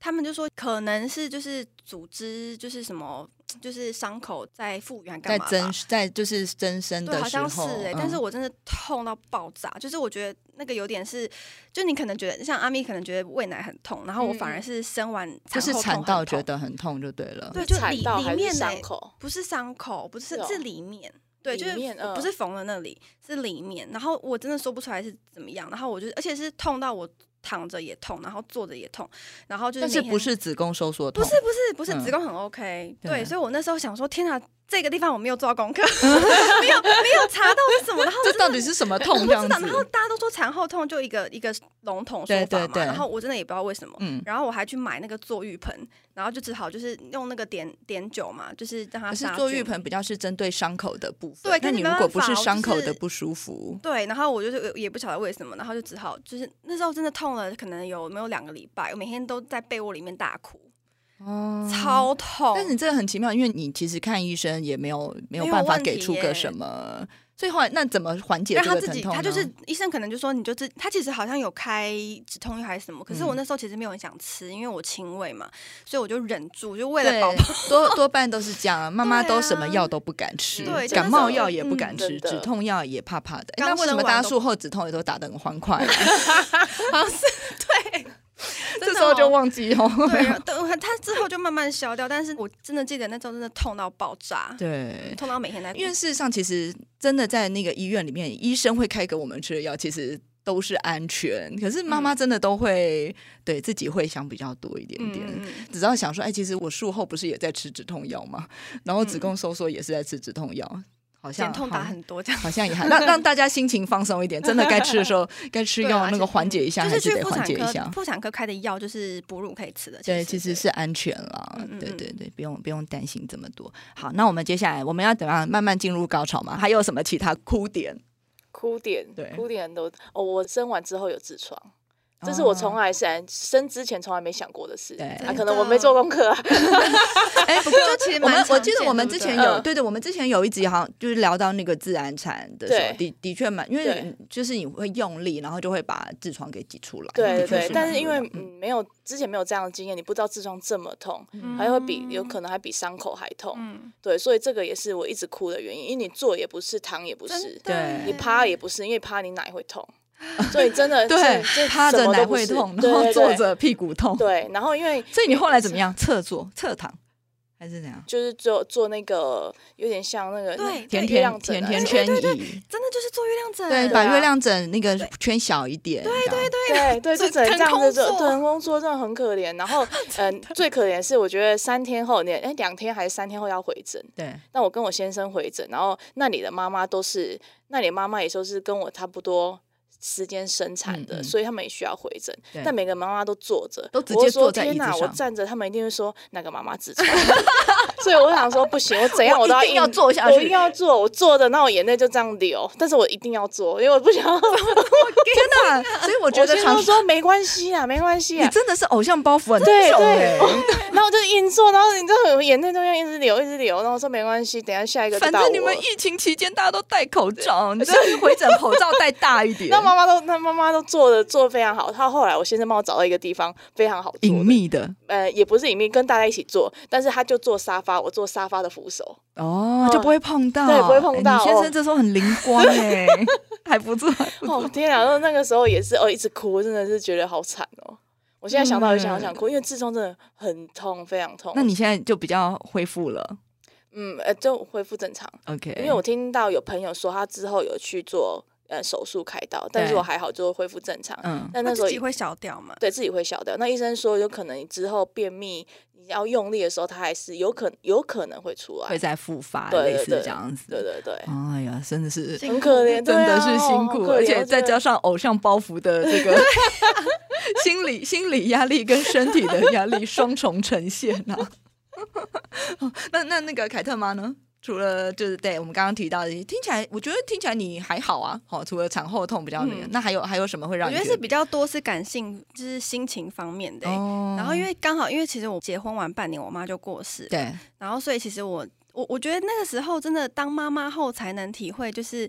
Speaker 4: 他们就说可能是就是组织就是什么就是伤口在复原
Speaker 2: 在
Speaker 4: 干嘛吧
Speaker 2: 增在就是增生
Speaker 4: 对，
Speaker 2: 的
Speaker 4: 好
Speaker 2: 时
Speaker 4: 像是
Speaker 2: 候，
Speaker 4: 哎、
Speaker 2: 嗯
Speaker 4: 但是我真的痛到爆炸，就是我觉得那个有点是，就你可能觉得像阿咪可能觉得喂奶很痛，然后我反而是生完
Speaker 2: 就
Speaker 4: 产
Speaker 2: 嗯是
Speaker 4: 后
Speaker 2: 产
Speaker 4: 痛
Speaker 2: 道
Speaker 4: 很
Speaker 2: 觉
Speaker 4: 痛
Speaker 2: 得很痛就对了。
Speaker 4: 对，就
Speaker 3: 产
Speaker 4: 里
Speaker 3: 道还
Speaker 4: 里
Speaker 3: 是
Speaker 4: 面
Speaker 3: 伤
Speaker 4: 奶
Speaker 3: 口？
Speaker 4: 不是伤口，不是
Speaker 3: 是哦
Speaker 4: 是里面。对，就是
Speaker 3: 里面
Speaker 4: 我不
Speaker 3: 嗯
Speaker 4: 是缝了那里，是里面。然后我真的说不出来是怎么样，然后我就而且是痛到我躺着也痛，然后坐着也痛，然后就是
Speaker 2: 但是
Speaker 4: 每
Speaker 2: 不
Speaker 4: 天
Speaker 2: 是子宫收缩
Speaker 4: 不
Speaker 2: 痛？
Speaker 4: 是不是不是
Speaker 2: 嗯
Speaker 4: 子宫很 OK，、
Speaker 2: 对
Speaker 4: 对，所以我那时候想说，天啊，这个地方我没有做 到功课，没有没有查到是什么，然后
Speaker 2: 这到底是什么痛？这
Speaker 4: 不
Speaker 2: 样
Speaker 4: 知道，然后
Speaker 2: 子，
Speaker 4: 大家都说产后痛就一个一个笼统说
Speaker 2: 对
Speaker 4: 法嘛，
Speaker 2: 对对
Speaker 4: 然后我真的也不知道为什么。
Speaker 2: 嗯，
Speaker 4: 然后我还去买那个坐浴盆，然后就只好就是用那个碘碘酒嘛，就是让它
Speaker 2: 可是
Speaker 4: 杀
Speaker 2: 坐
Speaker 4: 菌
Speaker 2: 浴盆比较是针对伤口的部分。
Speaker 4: 对
Speaker 2: 那
Speaker 4: 可是
Speaker 2: 你
Speaker 4: 没
Speaker 2: 如果
Speaker 4: 办
Speaker 2: 不
Speaker 4: 法
Speaker 2: 是
Speaker 4: 我
Speaker 2: 伤口
Speaker 4: 就是
Speaker 2: 的不舒服，
Speaker 4: 对，然后我就是也不晓得为什么，然后就只好就是那时候真的痛了，可能有没有两个礼拜，我每天都在被窝里面大哭，
Speaker 2: 哦
Speaker 4: 超痛。
Speaker 2: 但是你这个很奇妙，因为你其实看医生也没有没有
Speaker 4: 没有
Speaker 2: 办法
Speaker 4: 问
Speaker 2: 给
Speaker 4: 题
Speaker 2: 出
Speaker 4: 耶
Speaker 2: 个什么，所以后来那怎么缓解
Speaker 4: 让
Speaker 2: 这
Speaker 4: 他
Speaker 2: 个
Speaker 4: 自
Speaker 2: 疼
Speaker 4: 己，
Speaker 2: 痛呢？
Speaker 4: 他就是医生可能就说你就自，他其实好像有开止痛药还是什么，可是我
Speaker 2: 嗯
Speaker 4: 那时候其实没有很想吃，因为我亲喂嘛，所以我就忍住，就为了
Speaker 2: 对
Speaker 4: 宝宝。
Speaker 2: 多多半都是这样啊，妈妈
Speaker 4: 对
Speaker 2: 都什么
Speaker 4: 啊
Speaker 2: 药都不敢吃
Speaker 4: 对，就
Speaker 2: 感
Speaker 4: 那
Speaker 2: 冒
Speaker 4: 种
Speaker 2: 药也不
Speaker 4: 嗯
Speaker 2: 敢
Speaker 3: 真
Speaker 2: 吃，
Speaker 3: 的
Speaker 2: 止痛药也怕怕的。诶
Speaker 4: 刚
Speaker 2: 那为什
Speaker 4: 生
Speaker 2: 么
Speaker 4: 完
Speaker 2: 大家
Speaker 4: 都
Speaker 2: 术后止痛也都打得很欢快啊？
Speaker 4: 好像是对，
Speaker 2: 这
Speaker 4: 真的
Speaker 2: 时候就
Speaker 4: 哦
Speaker 2: 忘记哦。
Speaker 4: 对，然后等他之后就慢慢消掉，但是我真的记得那时候真的痛到爆炸，
Speaker 2: 对，
Speaker 4: 痛到每天在哭，
Speaker 2: 因为事实上，其实真的在那个医院里面，医生会开给我们吃的药，其实都是安全。可是妈妈真的都会、对自己会想比较多一点
Speaker 4: 嗯
Speaker 2: 点。
Speaker 4: 嗯嗯
Speaker 2: 只要想说，哎，其实我术后不是也在吃止痛药吗？然后子宫收缩也是在吃止痛药，好像
Speaker 4: 嗯减痛
Speaker 2: 好
Speaker 4: 打很多这样。
Speaker 2: 好像也还让让大家心情放松一点。真的该吃的时 候，该吃
Speaker 4: 对
Speaker 2: 药
Speaker 4: 而
Speaker 2: 那
Speaker 4: 且
Speaker 2: 个缓解一下，
Speaker 4: 就
Speaker 2: 还
Speaker 4: 是
Speaker 2: 是
Speaker 4: 去
Speaker 2: 得
Speaker 4: 妇
Speaker 2: 缓
Speaker 4: 产
Speaker 2: 解一
Speaker 4: 科，
Speaker 2: 下。
Speaker 4: 妇产科开的药就是哺乳可以吃的。
Speaker 2: 对，其实是安全啦，
Speaker 4: 嗯嗯
Speaker 2: 对
Speaker 4: 嗯
Speaker 2: 对对，不用不用担心这么多。好，那我们接下来我们要怎么样慢慢进入高潮吗？还有什么其他哭 点？
Speaker 3: 哭点
Speaker 2: 对，
Speaker 3: 哭点都哦，我生完之后有痔疮。
Speaker 4: 哦
Speaker 3: 这是我从来生生之前从来没想过的事，
Speaker 2: 对
Speaker 3: 啊，
Speaker 4: 真
Speaker 3: 可能我
Speaker 4: 的
Speaker 3: 没做功课啊，
Speaker 2: 哎、不过
Speaker 4: 其实
Speaker 2: 我们
Speaker 4: 蛮
Speaker 2: 我
Speaker 4: 常
Speaker 2: 记得
Speaker 4: 见
Speaker 2: 我们
Speaker 4: 对
Speaker 2: 之
Speaker 4: 不
Speaker 2: 前
Speaker 4: 对
Speaker 2: 有
Speaker 3: 嗯
Speaker 2: 对对，我们之前有一集好像就是聊到那个自然产的时候，
Speaker 3: 对
Speaker 2: 的的确蛮，因为
Speaker 3: 对
Speaker 2: 你就是你会用力，然后就会把痔疮给挤出来。 的
Speaker 3: 对
Speaker 2: 确
Speaker 3: 对对，但
Speaker 2: 蛮
Speaker 3: 是因
Speaker 2: 多
Speaker 3: 为
Speaker 2: 的
Speaker 3: 嗯没有之前没有这样的经验，你不知道痔疮这么痛，
Speaker 2: 嗯
Speaker 3: 还会比有可能还比伤口还痛，
Speaker 4: 嗯，
Speaker 3: 对，所以这个也是我一直哭的原因，因为你坐也不是，躺也不是
Speaker 4: 真，
Speaker 2: 对
Speaker 4: 的
Speaker 3: 你趴也不是，因为趴你奶会痛，所以真的是
Speaker 2: 嗯 对
Speaker 3: 这
Speaker 2: 趴
Speaker 3: 什
Speaker 2: 着
Speaker 3: 么
Speaker 2: 奶
Speaker 3: 都不
Speaker 2: 会
Speaker 3: 是
Speaker 2: 痛，
Speaker 3: 对
Speaker 2: 然后
Speaker 3: 对
Speaker 2: 坐
Speaker 3: 对
Speaker 2: 着屁股痛。
Speaker 3: 对，然后因为
Speaker 2: 所以你后来怎么样？侧坐、侧躺还是怎样？
Speaker 3: 就是做做那个有点像那个
Speaker 4: 对
Speaker 2: 甜
Speaker 3: 那月
Speaker 2: 甜
Speaker 3: 亮
Speaker 2: 甜
Speaker 3: 枕啊
Speaker 2: 甜圈
Speaker 3: 对
Speaker 4: 对对
Speaker 2: 椅，
Speaker 4: 真的就是坐月亮枕，
Speaker 2: 对，
Speaker 3: 啊
Speaker 2: 把月亮枕那个圈小一点。对对对，
Speaker 3: 对对，就只能这样子做，
Speaker 4: 腾空坐
Speaker 3: 腾空坐真的很可怜。然 后，嗯，最可怜是我觉得三天后，你哎两天还是三天后要回诊。
Speaker 2: 对，
Speaker 3: 那我跟我先生回诊，然后那里的妈妈都是，那里的妈妈也都是跟我差不多时间生产的，
Speaker 2: 嗯嗯
Speaker 3: 所以他们也需要回诊
Speaker 2: 对。
Speaker 3: 但每个妈妈都坐着，
Speaker 2: 都直
Speaker 3: 我
Speaker 2: 接
Speaker 3: 就说
Speaker 2: 坐在椅
Speaker 3: 天
Speaker 2: 子
Speaker 3: 哪，我
Speaker 2: 上
Speaker 3: 站着，他们一定会说哪个妈妈痔疮。 所以我想说不行，我怎样
Speaker 2: 我
Speaker 3: 我都
Speaker 2: 一
Speaker 3: 要
Speaker 2: 定要
Speaker 3: 硬
Speaker 2: 坐下
Speaker 3: 我
Speaker 2: 去
Speaker 3: 一定要坐，我坐着，那我眼泪就这样流，但是我一定要坐，因为我不想要。
Speaker 2: 天哪！啊所 以我觉得
Speaker 3: 我先
Speaker 2: 常
Speaker 3: 生说没关系啊，没关系
Speaker 2: 你
Speaker 3: 啊。
Speaker 2: 真的是偶像包袱很
Speaker 3: 对
Speaker 2: 重
Speaker 3: 对
Speaker 2: 哎，
Speaker 3: 然后我就硬做，然后你就眼泪都要一直流，一直流。然后我说没关系，等一下下一个就
Speaker 2: 反
Speaker 3: 到我
Speaker 2: 正你们疫情期间大家都戴口罩，你是不是回诊口罩戴大一点。
Speaker 3: 那妈妈妈都他妈妈都做的做得非常好。他后来我先生帮我找到一个地方非常好做的
Speaker 2: 隐，秘的
Speaker 3: 呃，也不是隐秘，跟大家一起做，但是他就做沙发，我做沙发的扶 手。
Speaker 2: 哦，
Speaker 3: 嗯
Speaker 2: 就不会碰到，
Speaker 3: 对不会碰到
Speaker 2: 哎你先
Speaker 3: 哦
Speaker 2: 生这时候很灵光哎， 还不错，还不错
Speaker 3: 哦天 啊，那那个时候也是哦，一直哭，真的是觉得好惨哦。我现在想到也想好想哭，因为痔疮真的很痛，非常痛。
Speaker 2: 嗯那你现在就比较恢复了
Speaker 3: 嗯，呃，就恢复正常。
Speaker 2: ，OK？
Speaker 3: 因为我听到有朋友说他之后有去做呃手术开刀，但是
Speaker 2: 对
Speaker 3: 我还好，就恢复正常。
Speaker 2: 嗯，
Speaker 3: 但
Speaker 4: 那
Speaker 3: 那时
Speaker 4: 自
Speaker 3: 候
Speaker 4: 己会小掉嘛？
Speaker 3: 对自己会小掉。那医生说有可能你之后便秘，你要用力的时候，它还是有可有可能会出来
Speaker 2: 会。再复发，
Speaker 3: 对
Speaker 2: 类
Speaker 3: 对
Speaker 2: 似
Speaker 3: 对
Speaker 2: 这样子。
Speaker 3: 对对对，
Speaker 2: 哎呀，真的是
Speaker 4: 辛
Speaker 3: 很可怜，
Speaker 2: 真
Speaker 3: 对啊
Speaker 2: 的是辛苦，而且再加。
Speaker 3: 哦好可怜
Speaker 2: 上偶像包袱的这 个心理心理压力跟身体的压力双重呈现啊。 那那那个凯特妈呢？除了就是对我们刚刚提到的，听起来我觉得听起来你还好啊，好、除了产后痛比较那个，
Speaker 3: 嗯
Speaker 2: 那还有还有什么会
Speaker 4: 我
Speaker 2: 让你
Speaker 4: 觉得是比较多是感性，就是心情方面的欸、
Speaker 2: 哦
Speaker 4: 然后因为刚好，因为其实我结婚完半年，我妈就过世，
Speaker 2: 对
Speaker 4: 然后所以其实我我我觉得那个时候真的当妈妈后才能体会，就是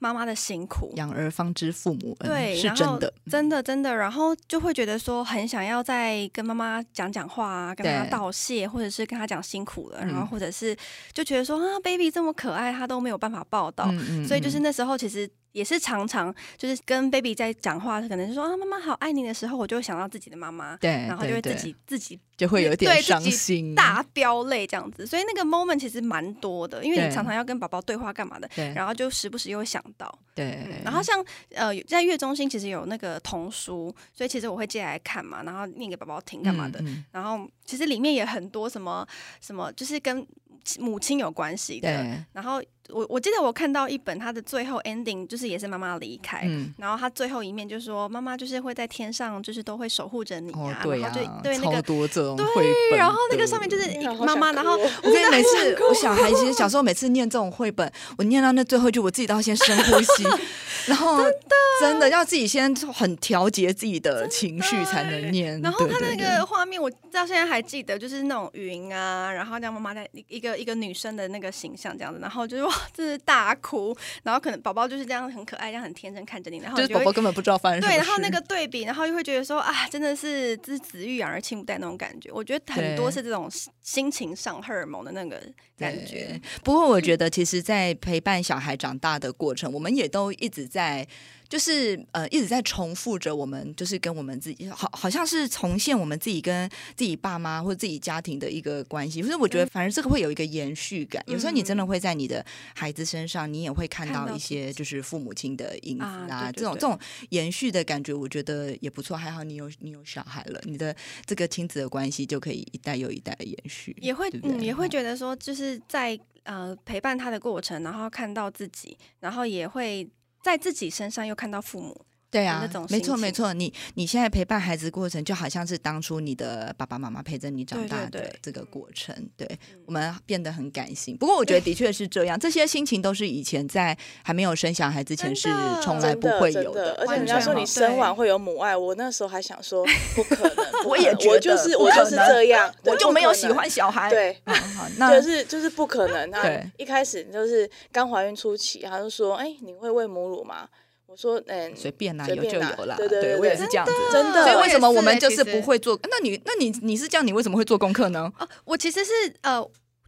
Speaker 4: 妈妈的辛苦。
Speaker 2: 养儿方知父母恩
Speaker 4: 对，
Speaker 2: 是
Speaker 4: 然后
Speaker 2: 真的，
Speaker 4: 真的，真的，然后就会觉得说很想要再跟妈妈讲讲话啊，跟她
Speaker 2: 对
Speaker 4: 道谢，或者是跟她讲辛苦了，然后
Speaker 2: 嗯
Speaker 4: 或者是就觉得说啊，baby 这么可爱，她都没有办法抱到，
Speaker 2: 嗯
Speaker 4: 哦所以就是那时候其实也是常常就是跟 baby 在讲话，可能就说啊妈妈好爱你的时候，我就会想到自己的妈妈，
Speaker 2: 对，
Speaker 4: 然后就会
Speaker 2: 对
Speaker 4: 自
Speaker 2: 对
Speaker 4: 己自己
Speaker 2: 就会有点
Speaker 4: 对自
Speaker 2: 伤
Speaker 4: 己
Speaker 2: 心，
Speaker 4: 大飙泪这样子，所以那个 moment 其实蛮多的，因为
Speaker 2: 对
Speaker 4: 你常常要跟宝宝对话干嘛的，
Speaker 2: 对
Speaker 4: 然后就时不时又会想到。嗯
Speaker 2: 对，
Speaker 4: 然后像呃在月中心其实有那个童书，所以其实我会借来看嘛，然后念给宝宝听干嘛的。
Speaker 2: 嗯嗯
Speaker 4: 然后其实里面也很多什么什么，就是跟母亲有关系的。
Speaker 2: 对，
Speaker 4: 然后我我记得我看到一本，它的最后 ending 就是也是妈妈离开，
Speaker 2: 嗯，
Speaker 4: 然后他最后一面就说：“妈妈就是会在天上，就是都会守护着你
Speaker 2: 哦
Speaker 4: 啊。，
Speaker 2: 对
Speaker 4: 然后
Speaker 2: 呀
Speaker 4: 就，对那
Speaker 2: 超
Speaker 4: 个
Speaker 2: 多这种绘
Speaker 4: 对，
Speaker 2: 本
Speaker 4: 然后那
Speaker 2: 的
Speaker 4: 个上面就是一
Speaker 3: 天啊
Speaker 4: 个
Speaker 3: 好
Speaker 4: 妈
Speaker 3: 想
Speaker 4: 妈，然
Speaker 3: 哭
Speaker 4: 后
Speaker 3: 哦
Speaker 2: 我跟你每次，我小孩其实小时候每次念这种绘本，我念到那最后一句，我自己都要先深呼吸，然后真的真的要自己先很调节自己的情绪才能念。
Speaker 4: 然后
Speaker 2: 嗯对
Speaker 4: 他
Speaker 2: 对
Speaker 4: 那个画面我到现在还记得，就是那种云啊，然后这样妈妈在一一个一个女生的那个形象这样子，然后就是哇，真是大哭，然后可能宝宝就是这样很可爱，这样很天真看着你，然后
Speaker 2: 对
Speaker 4: 你
Speaker 2: 就是宝
Speaker 4: 会
Speaker 2: 宝根本不知道发生什么
Speaker 4: 对，
Speaker 2: 事。
Speaker 4: 然后那个对比，然后又会觉得说啊，真的是这是子欲养而亲不待那种感觉。我觉得很多
Speaker 2: 对
Speaker 4: 是这种心情上荷尔蒙的那个感觉
Speaker 2: 对。不过我觉得，其实，在陪伴小孩长大的过程，我们也都一直在，就是呃，一直在重复着我们，就是跟我们自己，好，好像是重现我们自己跟自己爸妈或自己家庭的一个关系。所以我觉得，反而这个会有一个延续感。有时候你真的会在你的孩子身上，你也会看
Speaker 4: 嗯看
Speaker 2: 到
Speaker 4: 到
Speaker 2: 一
Speaker 4: 自
Speaker 2: 些就是父母亲的影子
Speaker 4: 啊
Speaker 2: 啊，
Speaker 4: 对对
Speaker 2: 这种
Speaker 4: 对
Speaker 2: 这种延续的感觉，我觉得也不错。还好你有你有小孩了，你的这个亲子的关系就可以一代又一代的延续，
Speaker 4: 也会
Speaker 2: 对不对
Speaker 4: 嗯，也会觉得说，就是在呃陪伴他的过程，然后看到自己，然后也会在自己身上又看到父母。
Speaker 2: 对
Speaker 4: 的
Speaker 2: 啊
Speaker 4: 那种，
Speaker 2: 没
Speaker 4: 心
Speaker 2: 错没
Speaker 4: 情
Speaker 2: 错，你你现在陪伴孩子过程，就好像是当初你的爸爸妈妈陪着你长
Speaker 4: 对对
Speaker 2: 大的
Speaker 4: 对
Speaker 2: 这个过程，对
Speaker 3: 嗯
Speaker 2: 我们变得很感性。不过我觉得的确是这样，这些心情都是以前在还没有生小孩之前
Speaker 4: 真
Speaker 2: 是
Speaker 4: 的
Speaker 2: 从来
Speaker 3: 真
Speaker 2: 不
Speaker 3: 的
Speaker 2: 会
Speaker 3: 真
Speaker 2: 有
Speaker 3: 的，而且
Speaker 2: 完
Speaker 3: 人家
Speaker 2: 全
Speaker 3: 说
Speaker 2: 哈
Speaker 3: 你生完会有母爱，我那时候还想 说不可能，不
Speaker 2: 我也
Speaker 3: 可能
Speaker 2: 觉
Speaker 3: 我
Speaker 2: 得
Speaker 3: 就是
Speaker 2: 不
Speaker 3: 我
Speaker 2: 可
Speaker 3: 就是
Speaker 2: 能
Speaker 3: 这样，对
Speaker 2: 我就没有喜。
Speaker 3: 不可
Speaker 2: 欢小孩。
Speaker 3: 能对，
Speaker 2: 嗯， 好， 那
Speaker 3: 就是就是不可 能啊！
Speaker 2: 对
Speaker 3: 一开始就是刚怀孕初期，他就说：“哎、你会喂母乳吗？”我说：“嗯，
Speaker 2: 随便啦，
Speaker 3: 随
Speaker 2: 有
Speaker 3: 便
Speaker 2: 就有
Speaker 3: 啦
Speaker 2: 啦。
Speaker 3: 对对对
Speaker 2: 我也
Speaker 3: 对
Speaker 2: 是这样子。
Speaker 3: 真的
Speaker 2: 所以
Speaker 4: 我
Speaker 2: 为
Speaker 4: 也
Speaker 2: 什么我
Speaker 4: 是
Speaker 2: 们
Speaker 4: 欸
Speaker 2: 就
Speaker 4: 其
Speaker 2: 是不
Speaker 4: 实
Speaker 2: 会做？那你那你你是这样，你为什么会做功课呢？
Speaker 4: 哦，我其实是呃，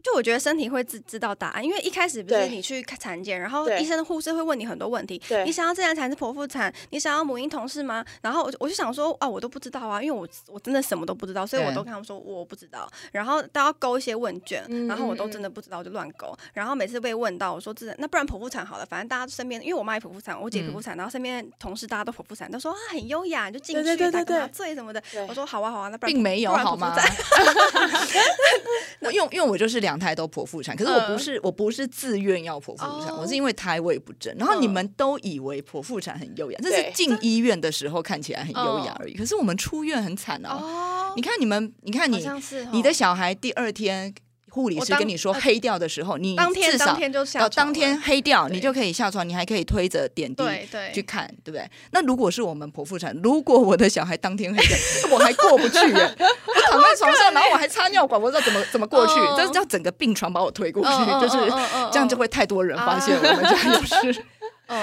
Speaker 4: 就我觉得身体会知知道答案，因为一开始不是
Speaker 3: 对
Speaker 4: 你去看产检，然后
Speaker 3: 对
Speaker 4: 医生护士会问你很多问题，
Speaker 3: 对
Speaker 4: 你想要自然产还是剖腹产，你想要母婴同室吗？然后我就我就想说啊，我都不知道啊，因为我我真的什么都不知道，所以我
Speaker 2: 对
Speaker 4: 都跟他们说我不知道，然后都要勾一些问卷，
Speaker 3: 嗯
Speaker 4: 然后我都
Speaker 3: 嗯嗯
Speaker 4: 真的不知道，我就乱勾，然后每次被问到，我说自然，那不然剖腹产好了，反正大家身边，因为我妈也剖腹产，我姐
Speaker 3: 嗯
Speaker 4: 也剖腹产，然后身边同事大家都剖腹产，都说啊很优雅，你就进去
Speaker 3: 对对对
Speaker 4: 打个
Speaker 3: 对
Speaker 4: 麻醉什么的
Speaker 3: 对，
Speaker 4: 我说好啊好啊，那不然
Speaker 2: 并没有
Speaker 4: 不然
Speaker 2: 好
Speaker 4: 剖腹
Speaker 2: 吗
Speaker 4: 产？
Speaker 2: 我因为因为我就是两胎都剖腹产，可是我不是、我不是自愿要剖腹产，
Speaker 4: 嗯哦嗯
Speaker 2: 我是因为胎位不正。然后你们都以为剖腹产很优雅，这是
Speaker 3: 对
Speaker 2: 进医院的时候看起来很优雅而已。可是我们出院很惨啊！
Speaker 4: 嗯哦
Speaker 2: 你看你们，你看
Speaker 4: 好
Speaker 2: 你
Speaker 4: 像是
Speaker 2: 你的
Speaker 4: 哦
Speaker 2: 小孩第二天护理
Speaker 4: 我
Speaker 2: 师
Speaker 4: 当
Speaker 2: 跟你说
Speaker 4: 呃
Speaker 2: 黑掉的时候，你
Speaker 4: 当天
Speaker 2: 至
Speaker 4: 当
Speaker 2: 少
Speaker 4: 天就下
Speaker 2: 到
Speaker 4: 床
Speaker 2: 当天
Speaker 4: 了
Speaker 2: 黑掉，
Speaker 4: 对
Speaker 2: 你就可以下床，你还可以推着点滴
Speaker 4: 对对
Speaker 2: 去看，对不对？那如果是我们剖腹产，如果我的小孩当天黑掉，我 还过不去 耶，我躺在床上，然后我还插尿管，我不知道怎么怎么过去，
Speaker 4: 嗯
Speaker 2: 这叫整个病床把我推过去
Speaker 4: 嗯 嗯，
Speaker 2: 就是
Speaker 4: 嗯嗯嗯
Speaker 2: 这样就会太多人发现我们家有事。
Speaker 4: 哦
Speaker 3: 嗯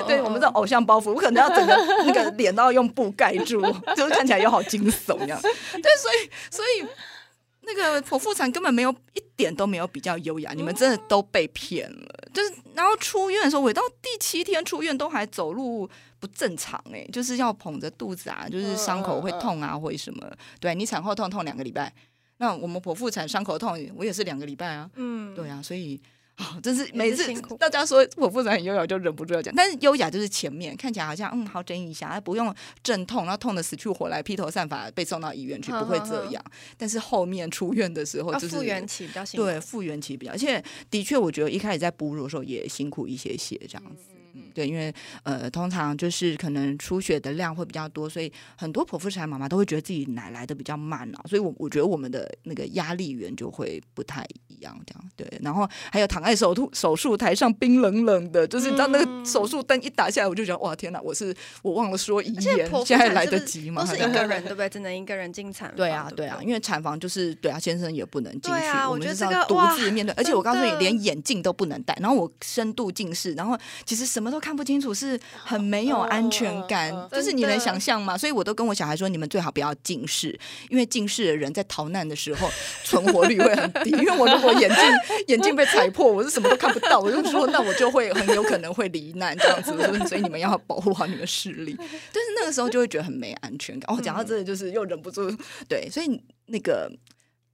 Speaker 2: 对我们这种偶像包袱，我可能要整 个那个脸都要用布盖住，就是看起来又好惊悚这样。 对，所以所以那个剖腹产根本没有一点都没有比较优雅，你们真的都被骗了。就是然后出院的时候，我到第七天出院都还走路不正常哎、就是要捧着肚子啊，就是伤口会痛啊，或者什么。对你产后痛痛两个礼拜，那我们剖腹产伤口痛我也是两个礼拜啊。
Speaker 4: 嗯，
Speaker 2: 对啊，所以啊、真是每次
Speaker 4: 辛苦
Speaker 2: 大家说我不是很优雅，就忍不住要讲。但是优雅就是前面看起来好像嗯好整一下，不用阵痛，然后痛的死去活来，披头散发被送到医院去，
Speaker 4: 哼
Speaker 2: 不会
Speaker 4: 哼
Speaker 2: 这
Speaker 4: 哼
Speaker 2: 样。但是后面出院的时候
Speaker 4: 要
Speaker 2: 就是、
Speaker 4: 嗯啊复原期比较辛苦。
Speaker 2: 对，复原期比较，而且的确，我觉得一开始在哺乳的时候也辛苦一些些，这样子。嗯，对，因为呃，通常就是可能出血的量会比较多，所以很多剖腹产妈妈都会觉得自己奶来的比较慢啊，所以我我觉得我们的那个压力源就会不太一样，这样对。然后还有躺在手术手术台上冰冷冷的，就是当那个手术灯一打下来，我就觉得哇天哪，我是我忘了说遗
Speaker 4: 嗯而且
Speaker 2: 言
Speaker 4: 剖腹，
Speaker 2: 现在
Speaker 4: 产
Speaker 2: 来
Speaker 4: 是
Speaker 2: 得
Speaker 4: 不是
Speaker 2: 及吗？
Speaker 4: 都是一个人，对不对？只能一个人进产房。
Speaker 2: 对啊，对
Speaker 4: 对不
Speaker 2: 啊，因为产房就是对啊，先生也不能进去，
Speaker 4: 对啊
Speaker 2: 我
Speaker 4: 我
Speaker 2: 们
Speaker 4: 觉得
Speaker 2: 就是要
Speaker 4: 这个
Speaker 2: 独
Speaker 4: 哇
Speaker 2: 自 面对。而且我告诉你
Speaker 4: 真，的
Speaker 2: 连眼镜都不能戴。然后我深度近视，然后其实什么都看不清楚，是很没有安全感，
Speaker 3: 嗯嗯嗯
Speaker 2: 就是
Speaker 4: 真
Speaker 2: 你能
Speaker 4: 的
Speaker 2: 想象吗？所以我都跟我小孩说，你们最好不要近视，因为近视的人在逃难的时候存活率会很低。因为我如果 眼镜眼镜被踩破，我是什么都看不到，我就说那我就会很有可能会罹难这样子。我说所以你们要保护好你们视力。但是那个时候就会觉得很没安全感。哦，
Speaker 3: 嗯
Speaker 2: 讲到这个就是又忍不住对，所以那个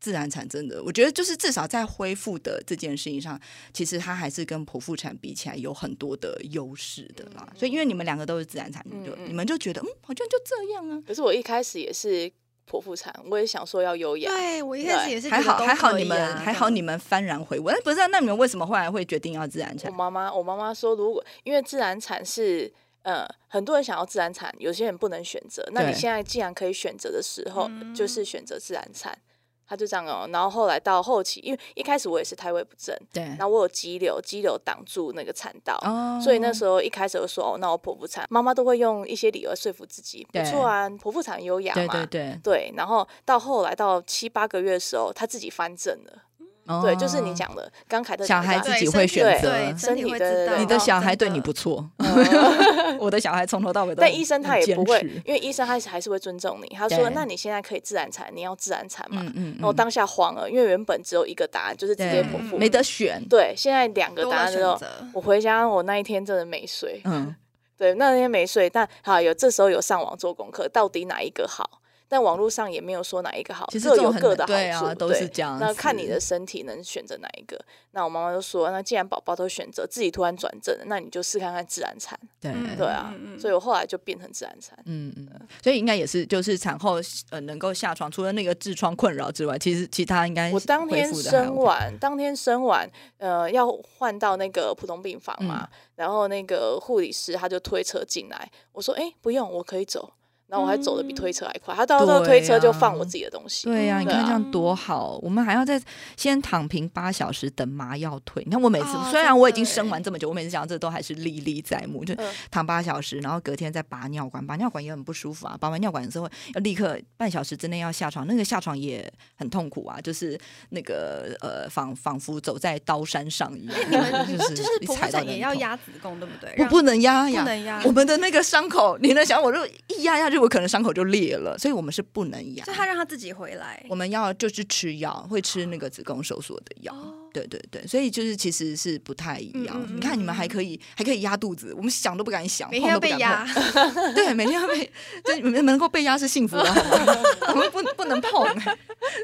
Speaker 2: 自然产真的，我觉得就是至少在恢复的这件事情上，其实它还是跟剖腹产比起来有很多的优势的啦。所以因为你们两个都是自然产，你就
Speaker 3: 嗯嗯
Speaker 2: 你们就觉得嗯，好像就这样啊。
Speaker 3: 可是我一开始也是剖腹产，我也想说要优雅，
Speaker 4: 对我一开始也是觉
Speaker 2: 还
Speaker 4: 得
Speaker 2: 好
Speaker 4: 都
Speaker 2: 还好
Speaker 4: 可
Speaker 2: 你
Speaker 4: 以
Speaker 2: 们
Speaker 4: 啊
Speaker 2: 还好你们幡然悔悟，哎，不是啊、那你们为什么后来会决定要自然
Speaker 3: 我
Speaker 2: 产？
Speaker 3: 妈妈，我妈妈说，如果因为自然产是。呃，很多人想要自然产，有些人不能选择。那你
Speaker 2: 对嗯
Speaker 3: 现在既然可以选择的时候，就是选择自然产，她就这样哦。然后后来到后期，因为一开始我也是胎位不正，
Speaker 2: 对，
Speaker 3: 嗯然后我有肌瘤，肌瘤挡住那个产道，
Speaker 2: 哦
Speaker 3: 所以那时候一开始就说哦，那我剖腹产。妈妈都会用一些理由说服自己，不
Speaker 2: 对
Speaker 3: 错啊，剖腹产优雅嘛。
Speaker 2: 对对对，
Speaker 3: 对然后到后来到七八个月的时候，她自己翻正了。
Speaker 2: 哦
Speaker 3: 对，就是你讲的，刚凯特
Speaker 2: 小孩
Speaker 3: 讲
Speaker 2: 自
Speaker 3: 的
Speaker 2: 己
Speaker 4: 对
Speaker 2: 会
Speaker 4: 身体
Speaker 2: 选择
Speaker 4: 对身体
Speaker 3: 身体
Speaker 4: 会
Speaker 3: 对对对
Speaker 4: 知道。
Speaker 2: 你的小孩对
Speaker 4: 真
Speaker 2: 你
Speaker 4: 的
Speaker 2: 不错， 我的小孩从头到尾都很，
Speaker 3: 哦但医生他
Speaker 2: 很
Speaker 3: 也
Speaker 2: 坚
Speaker 3: 不会
Speaker 2: 持，
Speaker 3: 因为医生还是还是会尊重你。他
Speaker 2: 对
Speaker 3: 说：“那你现在可以自然产，你要自然产嘛
Speaker 2: 嗯？”嗯，
Speaker 3: 然后我当下慌了，因为原本只有一个答案，就是直接
Speaker 2: 对
Speaker 3: 剖腹。
Speaker 2: 没得选，
Speaker 3: 对，现在两个
Speaker 4: 多
Speaker 3: 答
Speaker 4: 了
Speaker 3: 案
Speaker 4: 选
Speaker 3: 之后，
Speaker 4: 择。
Speaker 3: 我回家我那一天真的没睡。
Speaker 2: 嗯，
Speaker 3: 对，那天没睡，但好有这时候有上网做功课，到底哪一个好？但网络上也没有说哪一个好，
Speaker 2: 其实
Speaker 3: 各
Speaker 2: 这种
Speaker 3: 有
Speaker 2: 很
Speaker 3: 各的好处，
Speaker 2: 对啊都是这样
Speaker 3: 那看
Speaker 2: 子
Speaker 3: 你的身体能选择哪一个。那我妈妈就说，那既然宝宝都选择自己突然转正了，那你就试看看自然产。
Speaker 2: 对
Speaker 4: 嗯
Speaker 3: 对啊，
Speaker 4: 嗯嗯嗯
Speaker 3: 所以我后来就变成自然产。
Speaker 2: 嗯嗯，所以应该也是，就是产后呃能够下床，除了那个痔疮困扰之外，其实其他应该
Speaker 3: 我当
Speaker 2: 恢
Speaker 3: 天
Speaker 2: 复得还
Speaker 3: 生
Speaker 2: OK
Speaker 3: 完，当天生完，呃，要换到那个普通病房嘛，
Speaker 2: 嗯
Speaker 3: 然后那个护理师他就推车进来，我说：“哎、不用，我可以走。”然后我还走的比
Speaker 4: 嗯
Speaker 3: 推车还快，他到时候
Speaker 2: 对
Speaker 3: 推车就放
Speaker 2: 啊
Speaker 3: 我自己的东西。
Speaker 2: 对呀、你
Speaker 3: 对
Speaker 2: 看这
Speaker 3: 啊
Speaker 2: 样多好，我们还要再先躺平八小时等麻药退。你看我每次、
Speaker 4: 哦
Speaker 2: 虽然我已经
Speaker 4: 真的
Speaker 2: 生完这么久，我每次想到这都还是历历在目，就
Speaker 3: 嗯
Speaker 2: 躺八小时，然后隔天再拔尿管，拔尿管也很不舒服啊。拔完尿管之后要立刻半小时之内要下床，那个下床也很痛苦啊，就是那个呃仿仿佛走在刀山上一样，
Speaker 4: 哎你们
Speaker 2: 就
Speaker 4: 就是是
Speaker 2: 你
Speaker 4: 剖
Speaker 2: 踩
Speaker 4: 腹
Speaker 2: 到
Speaker 4: 产
Speaker 2: 的很
Speaker 4: 也要
Speaker 2: 痛
Speaker 4: 压子宫，对不对？
Speaker 2: 我
Speaker 4: 让
Speaker 2: 不能压呀，
Speaker 4: 不能压
Speaker 2: 我们的那个伤口，你能想，我如果一压下去，我可能伤口就裂了，所以我们是不能压
Speaker 4: 就。他让他自己回来
Speaker 2: 我。们要就是吃药，会吃那个子宫收缩的药。对对对，所以就是其实是不太一样。
Speaker 4: 哦嗯嗯嗯
Speaker 2: 你看你们还可以还可以压肚子，我们想都不敢想，
Speaker 4: 每
Speaker 2: 碰都
Speaker 4: 天
Speaker 2: 不
Speaker 4: 要被
Speaker 2: 敢
Speaker 4: 压
Speaker 2: 碰。， 对，每天要被，就你们能够被压是幸福的，好吗我们不不能 碰。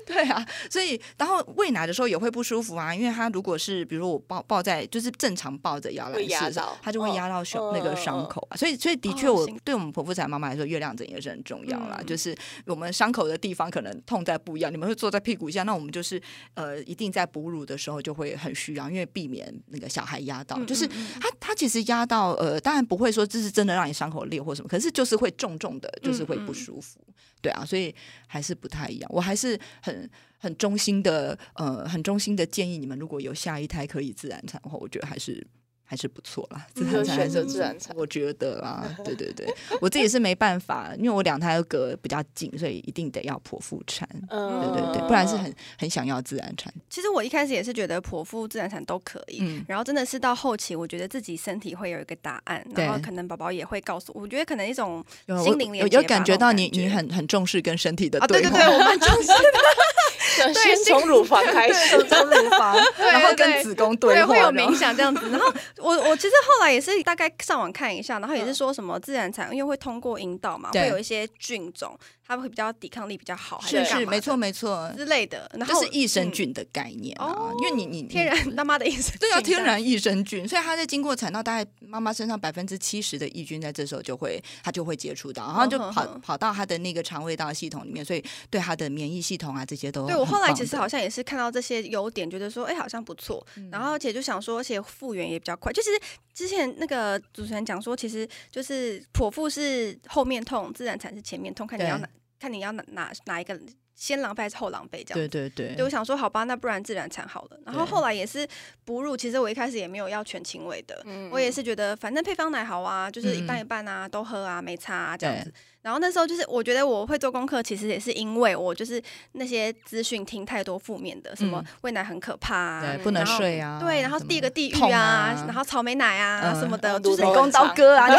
Speaker 2: 对啊，所以然后喂奶的时候也会不舒服啊，因为他如果是比如我抱抱在就是正常抱着摇
Speaker 3: 会
Speaker 2: 篮
Speaker 3: 压
Speaker 2: 式的
Speaker 3: 到，
Speaker 2: 他就会
Speaker 3: 嗯
Speaker 2: 压到胸、
Speaker 3: 嗯
Speaker 2: 那个
Speaker 3: 嗯
Speaker 2: 伤
Speaker 3: 嗯
Speaker 2: 口啊。所以所以的确
Speaker 4: 哦
Speaker 2: 我，
Speaker 4: 辛苦
Speaker 2: 对我们剖腹产妈妈来说，月亮枕也是很重要啦。
Speaker 4: 嗯
Speaker 2: 就是我们伤口的地方可能痛在不一样，你们会坐在屁股下，那我们就是呃一定在哺乳的时候就会很需要，因为避免那个小孩压到，
Speaker 4: 嗯
Speaker 2: 就是
Speaker 4: 嗯嗯
Speaker 2: 它它其实压到呃，当然不会说这是真的让你伤口裂或什么，可是就是会重重的，就是会不舒服，对啊，所以还是不太一样。我还是很很衷心的呃，很衷心的建议你们，如果有下一胎可以自然产后，我觉得还是。还是不错啦，自
Speaker 4: 嗯
Speaker 2: 然
Speaker 4: 就
Speaker 2: 产
Speaker 4: 选
Speaker 2: 还是
Speaker 4: 择
Speaker 2: 不
Speaker 3: 自
Speaker 2: 错
Speaker 3: 然产
Speaker 2: 我觉得啦， 对对对，我自己是没办法，因为我两胎都隔比较近，所以一定得要剖腹产，对
Speaker 3: 嗯，
Speaker 2: 对对，不然是很很想要自然产，
Speaker 4: 其实我一开始也是觉得剖腹、自然产都可以，
Speaker 2: 嗯
Speaker 4: 然后真的是到后期，我觉得自己身体会有一个答案，
Speaker 2: 对
Speaker 4: 然后可能宝宝也会告诉我，我觉得可能一种
Speaker 2: 有我
Speaker 4: 心灵连
Speaker 2: 有
Speaker 4: 接吧
Speaker 2: 有感觉到你
Speaker 4: 那种
Speaker 2: 你
Speaker 4: 感觉
Speaker 2: 很很重视跟身体的
Speaker 4: 啊，对对
Speaker 2: 话
Speaker 4: 对，我们就是
Speaker 3: 对先从乳房开始，
Speaker 2: 从乳房， 然后跟子宫对话，
Speaker 4: 会有
Speaker 2: 然后
Speaker 4: 冥想这样子。然后我我其实后来也是大概上网看一下，然后也是说什么自然产，因为会通过阴道嘛，
Speaker 2: 嗯对
Speaker 4: 会有一些菌种，它会比较抵抗力比较好，还
Speaker 2: 是
Speaker 4: 干嘛
Speaker 2: 是
Speaker 4: 的
Speaker 2: 没错没错，
Speaker 4: 之类的。然后
Speaker 2: 就是益生
Speaker 4: 嗯
Speaker 2: 菌的概念啊
Speaker 4: 哦，
Speaker 2: 因为你你
Speaker 4: 天。然他妈的益生菌，
Speaker 2: 对啊，天然益生菌，所以它在经过产道，大概妈妈身上百分之七十的益菌在这时候就会，它就会接触到，然后就
Speaker 4: 嗯哼
Speaker 2: 跑
Speaker 4: 哼
Speaker 2: 跑到它的那个肠胃道系统里面，所以对它的免疫系统啊这些都
Speaker 4: 对我
Speaker 2: 很
Speaker 4: 后来
Speaker 2: 棒
Speaker 4: 其实
Speaker 2: 的
Speaker 4: 好像也是看到这些优点，觉得说哎、好像不错，然
Speaker 2: 嗯
Speaker 4: 后而且就想说，而且复原也比较快。就其实之前那个主持人讲说，其实就是剖腹是后面痛，自然产是前面痛，看你
Speaker 2: 对
Speaker 4: 要哪看你要哪哪哪一个先狼狈还是后狼狈这样
Speaker 2: 对
Speaker 4: 子。
Speaker 2: 对对
Speaker 4: 对，我想说好吧，那不然自然产好了。然后
Speaker 2: 对
Speaker 4: 后来也是哺乳，其实我一开始也没有要全亲喂的，
Speaker 3: 嗯
Speaker 4: 我也是觉得反正配方奶好啊，就是一半
Speaker 2: 嗯
Speaker 4: 一半啊，都喝啊，没差啊这
Speaker 2: 对
Speaker 4: 样子。然后那时候就是我觉得我会做功课，其实也是因为我就是那些资讯听太多负面的，什么
Speaker 2: 嗯
Speaker 4: 喂奶很可怕啊
Speaker 2: 对，不能
Speaker 4: 然后
Speaker 2: 睡啊，
Speaker 4: 对，然后
Speaker 2: 什么
Speaker 4: 第一个地狱
Speaker 2: 痛
Speaker 4: 啊
Speaker 2: 啊，，
Speaker 4: 然后草莓奶啊
Speaker 2: 嗯
Speaker 4: 什么的，
Speaker 3: 嗯
Speaker 4: 就是
Speaker 3: 美工刀
Speaker 2: 割 啊，你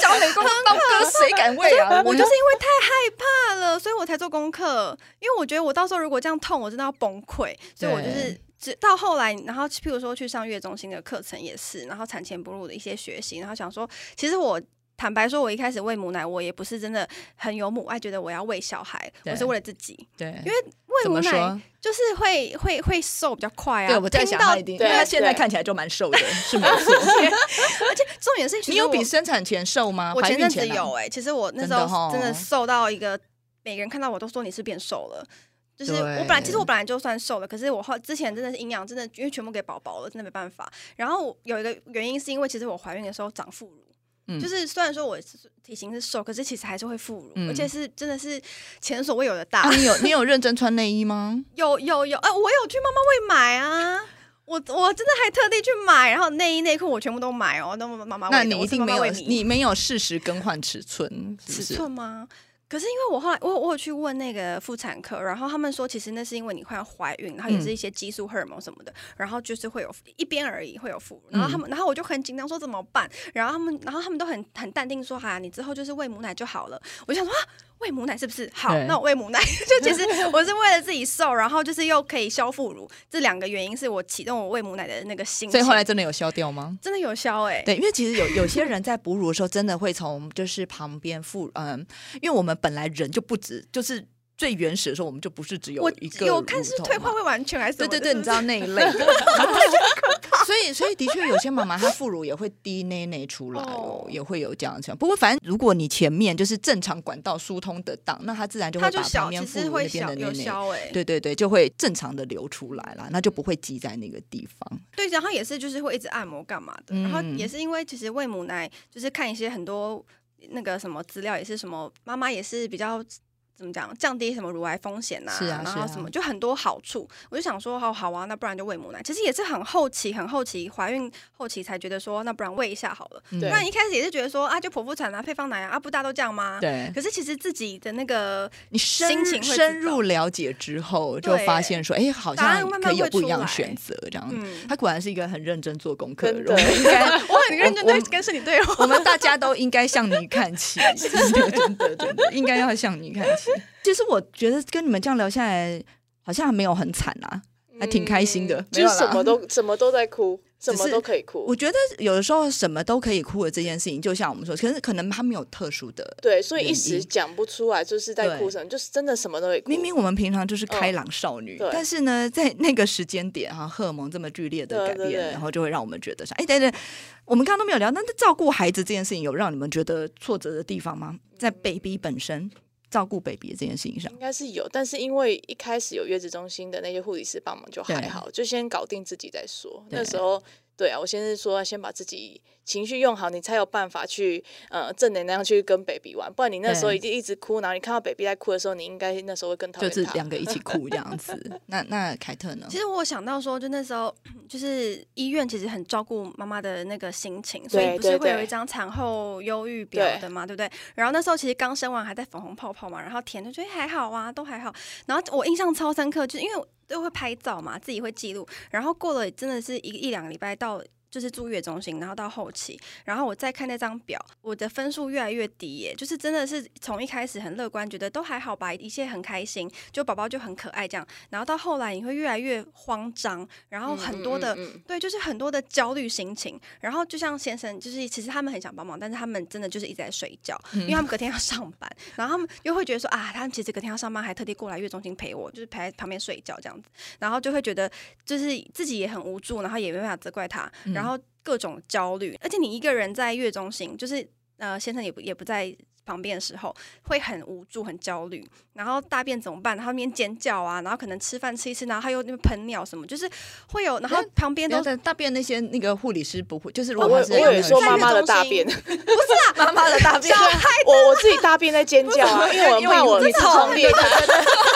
Speaker 2: 教美工刀割谁敢喂啊？
Speaker 4: 我就是因为太害怕了，所以我才做功课。因为我觉得我到时候如果这样痛，我真的要崩溃，所以我就是
Speaker 2: 对。
Speaker 4: 直到后来，然后譬如说去上月中心的课程也是，然后产前哺乳的一些学习，然后想说，其实我坦白说，我一开始喂母奶，我也不是真的很有母爱，觉得我要喂小孩，
Speaker 2: 对
Speaker 4: 我是为了自己。
Speaker 2: 对，因
Speaker 4: 为喂
Speaker 2: 怎
Speaker 4: 母
Speaker 2: 么
Speaker 4: 奶
Speaker 2: 说？
Speaker 4: 就是会会会瘦比较快啊，
Speaker 2: 对，我在
Speaker 4: 听
Speaker 2: 想
Speaker 4: 到
Speaker 2: 他一定，因
Speaker 3: 对
Speaker 2: 为他现在
Speaker 3: 对
Speaker 2: 看起来就蛮瘦的，是没错。
Speaker 4: 而且重点是，其
Speaker 2: 你
Speaker 4: 实
Speaker 2: 有
Speaker 4: 我
Speaker 2: 比生产前瘦吗？
Speaker 4: 我
Speaker 2: 怀
Speaker 4: 前
Speaker 2: 孕
Speaker 4: 阵子
Speaker 2: 啊
Speaker 4: 有哎、其实我那
Speaker 2: 真
Speaker 4: 时
Speaker 2: 的
Speaker 4: 候真
Speaker 2: 吼
Speaker 4: 的瘦到一个，每个人看到我都说你是变瘦了。就是我本来，其实我本来就算瘦了，可是我后之前真的是营养真的，因为全部给宝宝了，真的没办法。然后我有一个原因是因为其实我怀孕的时候长副乳，
Speaker 2: 嗯
Speaker 4: 就是虽然说我是体型是瘦，可是其实还是会副乳，
Speaker 2: 嗯
Speaker 4: 而且是真的是前所未有的大。
Speaker 2: 啊你有你有认真穿内衣 吗？
Speaker 4: 有有有，哎、我有去妈妈会买啊。我我真的还特地去买，然后内衣内裤我全部都买哦，那么妈妈
Speaker 2: 那
Speaker 4: 喂的
Speaker 2: 你一
Speaker 4: 我是
Speaker 2: 定
Speaker 4: 妈
Speaker 2: 没
Speaker 4: 妈
Speaker 2: 有
Speaker 4: 喂迷
Speaker 2: 你没有适时更换尺寸，是不
Speaker 4: 尺
Speaker 2: 是？
Speaker 4: 寸吗？可是因为我后来我我有去问那个妇产科，然后他们说其实那是因为你快要怀孕，然后也
Speaker 2: 嗯
Speaker 4: 是一些激素、荷尔蒙什么的，然后就是会有一边而已会有副乳，然后他们，
Speaker 2: 嗯
Speaker 4: 然后我就很紧张说怎么办，然后他们，然后他们都很很淡定说哈、你之后就是喂母奶就好了，我就想说啊。喂母奶是不是好
Speaker 2: 对？
Speaker 4: 那我喂母奶， 就其实我是为了自己瘦，然后就是又可以消副乳，这两个原因是我启动我喂母奶的那个心情。
Speaker 2: 所以后来真的有消掉吗？
Speaker 4: 真的有消哎、
Speaker 2: 对，因为其实有有些人在哺乳的时候，真的会从就是旁边附嗯，因为我们本来人就不止，就是最原始的时候，我们就不是只有
Speaker 4: 我
Speaker 2: 一个
Speaker 4: 有看是
Speaker 2: 乳头
Speaker 4: 退
Speaker 2: 嘛
Speaker 4: 化未完全还是什
Speaker 2: 对
Speaker 4: 么的
Speaker 2: 对
Speaker 4: 嗯
Speaker 2: 对，你
Speaker 4: 是
Speaker 2: 知
Speaker 4: 不是
Speaker 2: 道那一 类 的，所以所以的确有些妈妈她副乳也会滴内内出来哦，
Speaker 4: 哦
Speaker 2: 也会有这样的情况。不过反正如果你前面就是正常管道疏通得当，那它自然就
Speaker 4: 它
Speaker 2: 会
Speaker 4: 就
Speaker 2: 把旁
Speaker 4: 小，
Speaker 2: 边
Speaker 4: 其
Speaker 2: 副
Speaker 4: 实
Speaker 2: 乳
Speaker 4: 会
Speaker 2: 那边
Speaker 4: 小
Speaker 2: 的
Speaker 4: 有
Speaker 2: 内内，
Speaker 4: 消哎、
Speaker 2: 对对对，就会正常的流出来啦，那就不会积在那个地方。
Speaker 4: 对，然后也是就是会一直按摩干嘛的，然后
Speaker 2: 嗯
Speaker 4: 也是因为其实喂母奶就是看一些很多那个什么资料，也是什么妈妈也是比较。怎么讲？降低什么乳癌风险呐、
Speaker 2: 是啊
Speaker 4: 然
Speaker 2: 是啊
Speaker 4: 后什么、就很多好处。我就想说，好好啊，那不然就喂母奶。其实也是很后期，很后期怀孕后期才觉得说，那不然喂一下好了。
Speaker 2: 嗯
Speaker 4: 不
Speaker 3: 对
Speaker 4: 然一开始也是觉得说啊，就剖腹产啊，配方奶啊，啊不大家都这样吗？。
Speaker 2: 对，
Speaker 4: 可是其实自己的那个
Speaker 2: 你深
Speaker 4: 心情会知道
Speaker 2: 深入了解之后，就
Speaker 4: 对
Speaker 2: 发现说，哎，好
Speaker 4: 答案
Speaker 2: 像
Speaker 4: 慢慢
Speaker 2: 可以有
Speaker 4: 会
Speaker 2: 不一
Speaker 4: 出
Speaker 2: 样的
Speaker 4: 来
Speaker 2: 选择这样。
Speaker 4: 嗯
Speaker 2: 他果然是一个很认真做功课的人，
Speaker 3: 真的
Speaker 2: 我们应该
Speaker 4: 我很认真
Speaker 2: 我
Speaker 4: 对跟身体对话。
Speaker 2: 我们大家都应该向你看 齐，真的真的真的应该要向你看齐。其实我觉得跟你们这样聊下来，好像还没有很惨啊，还挺开心的。没
Speaker 3: 嗯就
Speaker 2: 有啦
Speaker 3: 是什么都什么都在哭，什么
Speaker 2: 是
Speaker 3: 都可以哭
Speaker 2: 我。觉得有的时候什么都可以哭的这件事情，就像我们说，可是可能他没有特殊的。
Speaker 3: 对，所以一
Speaker 2: 原
Speaker 3: 时
Speaker 2: 因
Speaker 3: 讲不出来，就是在哭
Speaker 2: 嗯对
Speaker 3: 什么，就是真的什么都会哭。
Speaker 2: 明明我们平常就是开朗少女，
Speaker 3: 嗯对
Speaker 2: 但是呢，在那个时间点哈、荷尔蒙这么剧烈的
Speaker 3: 对
Speaker 2: 改变，
Speaker 3: 对对
Speaker 2: 然后就会让我们觉得说，哎，等等，我们刚刚都没有聊，那照顾孩子这件事情有让你们觉得挫折的地方吗？在 baby 本身照顾 baby 的这件事情上
Speaker 3: 应，该是有，但是因为一开始有月子中心的那些护理师帮忙，就还
Speaker 2: 对
Speaker 3: 好，就先搞定自己再说。
Speaker 2: 对
Speaker 3: 那时候对啊，我先是说先把自己情绪用好，你才有办法去呃正能量去跟 baby 玩，不然你那时候
Speaker 2: 对
Speaker 3: 一定一直哭，然后你看到 baby 在哭的时候，你应该那时候会更讨
Speaker 2: 就
Speaker 3: 厌
Speaker 2: 是
Speaker 3: 他。
Speaker 2: 两个一起哭这样 子。那那凯特呢
Speaker 4: 其？实我有想到说，就那时候 就是医院其实很照顾妈妈的那个心情，所以
Speaker 3: 对
Speaker 4: 不是
Speaker 3: 对
Speaker 4: 会有
Speaker 3: 对
Speaker 4: 一张产后忧郁表
Speaker 3: 对
Speaker 4: 的嘛，对不对？然后那时候其实刚生完还在粉红泡泡嘛，然后甜就觉得还好啊，都还好。然后我印象超深刻，就是因为我都会拍照嘛，自己会记录。然后过了真的是一一两个礼拜到。就是住月中心，然后到后期，然后我再看那张表，我的分数越来越低耶，就是真的是从一开始很乐观，觉得都还好吧，一切很开心，就宝宝就很可爱这样，然后到后来你会越来越慌张，然后很多的、
Speaker 3: 嗯嗯嗯
Speaker 4: 对，就是很多的焦虑心情，然后就像先生，就是其实他们很想帮忙，但是他们真的就是一直在睡觉，因为他们隔天要上班，然后他们又会觉得说啊，他们其实隔天要上班，还特地过来月中心陪我，就是陪在旁边睡觉这样子，然后就会觉得就是自己也很无助，然后也没办法责怪他，然后各种焦虑，而且你一个人在月中心，就是呃先生也不也不在旁边的时候，会很无助、很焦虑，然后大便怎么办？然后那边尖叫啊，然后可能吃饭吃一吃，然后他又那边喷尿什么，就是会有，然后旁边都
Speaker 2: 那大便那些那个护理师不会，就是如
Speaker 3: 哦我
Speaker 2: 果他是
Speaker 3: 我
Speaker 2: 在
Speaker 3: 有
Speaker 2: 那
Speaker 3: 也
Speaker 2: 个
Speaker 3: 说
Speaker 2: 区
Speaker 3: 妈妈的大
Speaker 4: 在月
Speaker 3: 便
Speaker 4: 中，不是啦，妈 妈的大 便，小孩
Speaker 3: 我我自己大便在尖叫啊，因为我
Speaker 2: 因为
Speaker 3: 怕我
Speaker 2: 你
Speaker 3: 痔疮裂开。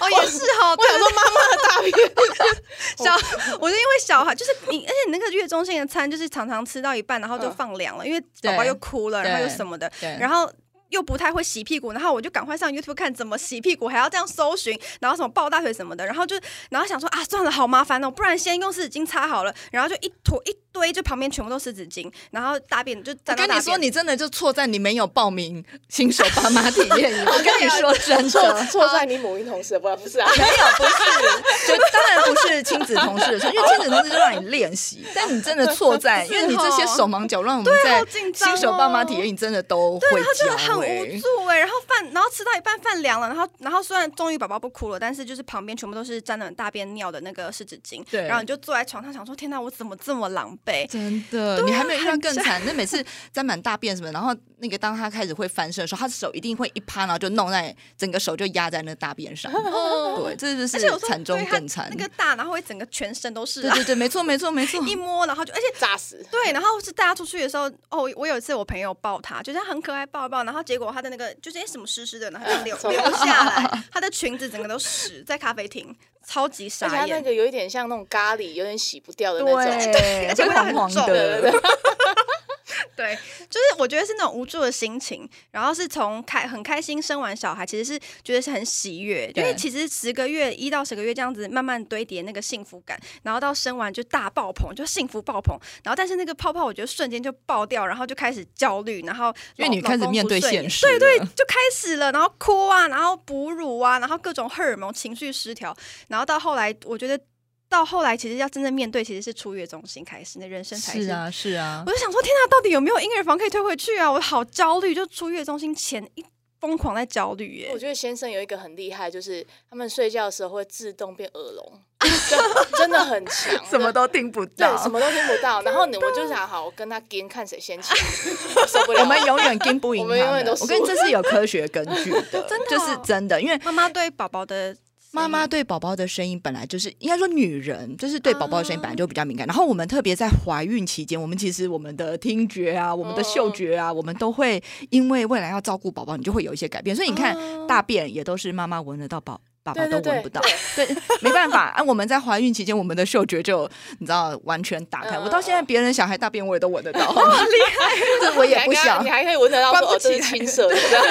Speaker 4: 哦也是 哦，
Speaker 3: 我想说妈妈的大便，
Speaker 4: 小，我是因为小孩，就是你，而且你那个月中心的餐，就是常常吃到一半，然后就
Speaker 3: 嗯
Speaker 4: 放凉了，因为
Speaker 2: 对
Speaker 4: 宝宝又哭了，然后又
Speaker 2: 对
Speaker 4: 什么的，
Speaker 2: 对，
Speaker 4: 然后。又不太会洗屁股，然后我就赶快上 YouTube 看怎么洗屁股，还要这样搜寻，然后什么抱大腿什么的，然后就然后想说啊，算了，好麻烦哦，不然先用湿纸巾擦好了，然后就一坨一堆，就旁边全部都湿纸巾，然后大便就
Speaker 2: 我
Speaker 4: 沾到
Speaker 2: 跟
Speaker 4: 大
Speaker 2: 你说，
Speaker 4: 便。
Speaker 2: 你真的就错在你没有报名新手爸妈体验 营。我跟你说真
Speaker 3: 错
Speaker 2: 的，
Speaker 3: 错在你母婴同事了，不然不是啊。
Speaker 2: 没有不 是，就当然不是亲子同事的错，因为亲子同事就让你练习，但你真的错在，因为你这些手忙脚乱，我们在
Speaker 4: 好紧张
Speaker 2: 新手爸妈
Speaker 4: 哦
Speaker 2: 体验营真的都
Speaker 4: 对，
Speaker 2: 会
Speaker 4: 然后真
Speaker 2: 教
Speaker 4: 的很无
Speaker 2: 欸
Speaker 4: 助哎、然后饭，然后吃到一半饭凉了，然后然后虽然终于宝宝不哭了，但是就是旁边全部都是沾了大便尿的那个湿纸巾，
Speaker 2: 对
Speaker 4: 然后你就坐在床上想说，天哪，我怎么这么狼狈？
Speaker 2: 真的，你还没有遇到更惨。那每次沾满大便什么，然后那个当他开始会翻身的时候，他手一定会一趴，然后就弄在整个手就压在那大便上。对，这就是
Speaker 4: 而且有时候
Speaker 2: 惨中
Speaker 4: 对它
Speaker 2: 更惨
Speaker 4: 那。个大，然后会整个全身都是、
Speaker 2: 对
Speaker 4: 啊，
Speaker 2: 对对，没错没错没错。
Speaker 4: 一摸然后就，而且
Speaker 3: 炸死！
Speaker 4: 对，然后是大家出去的时候，哦，我有一次我朋友抱他，就是他很可爱抱一抱，然后结果他的那个就是哎什么湿湿的，然后就 流
Speaker 3: 走
Speaker 4: 流下来，他的裙子整个都湿，在咖啡厅超级
Speaker 3: 而且它
Speaker 4: 傻
Speaker 3: 那
Speaker 4: 眼。
Speaker 3: 个有一点像那种咖喱，有点洗不掉的那种。
Speaker 2: 对
Speaker 4: 而且
Speaker 2: 会
Speaker 4: 味道很
Speaker 2: 黄黄
Speaker 4: 重
Speaker 2: 的，
Speaker 3: 对
Speaker 4: 对，就是我觉得是那种无助的心情，然后是从开很开心生完小孩，其实是觉得是很喜悦，因为
Speaker 2: 对
Speaker 4: 其实十个月一到十个月这样子慢慢堆叠那个幸福感，然后到生完就大爆棚，就幸福爆棚，然后但是那个泡泡我觉得瞬间就爆掉，然后就开始焦虑，然后
Speaker 2: 因为你
Speaker 4: 老
Speaker 2: 开始面对现，实。
Speaker 4: 老公不顺眼对对，，就开始了，然后哭啊，然后哺乳啊，然后各种荷尔蒙情绪失调，然后到后来我觉得。到后来，其实要真正面对，其实是出月中心开始，你的人生才
Speaker 2: 是啊是啊
Speaker 4: 我。就想说，天哪，到底有没有婴儿房可以退回去啊？我好焦虑，就出月中心前一疯狂在焦虑耶、
Speaker 3: 我觉得先生有一个很厉害，就是他们睡觉的时候会自动变耳聋， 对真的很强，
Speaker 2: 什么都听不
Speaker 3: 对，
Speaker 2: 到，
Speaker 3: 什么都听不 到。然后你我就想，好，我跟他跟看谁先起，我受不了。
Speaker 2: 我们永远跟不赢他
Speaker 3: 我们永远
Speaker 2: 们
Speaker 3: 都。
Speaker 2: 我
Speaker 3: 输
Speaker 2: 跟你这是有科学根据的，
Speaker 4: 真的哦
Speaker 2: 就是真的，因为
Speaker 4: 妈妈对宝宝的
Speaker 2: 妈妈对宝宝的声音本来就是，应该说女人就是对宝宝的声音本来就比较敏感。然后我们特别在怀孕期间，我们其实我们的听觉啊，我们的嗅觉啊，我们都会因为未来要照顾宝宝，你就会有一些改变。所以你看，大便也都是妈妈闻得到宝。爸爸都
Speaker 3: 对对对
Speaker 2: 闻不到，对，没办法。啊，我们在怀孕期间，我们的嗅觉就你知道完全打开。
Speaker 3: 嗯
Speaker 2: 我到现在别人小孩大便我也都闻得到，厉害！这我
Speaker 3: 你
Speaker 2: 也
Speaker 3: 还
Speaker 2: 不
Speaker 3: 跟他
Speaker 2: 想
Speaker 3: 你，还可以闻得到说
Speaker 2: 关不
Speaker 3: 哦，这
Speaker 2: 起
Speaker 3: 是
Speaker 2: 来
Speaker 3: 青色的。这样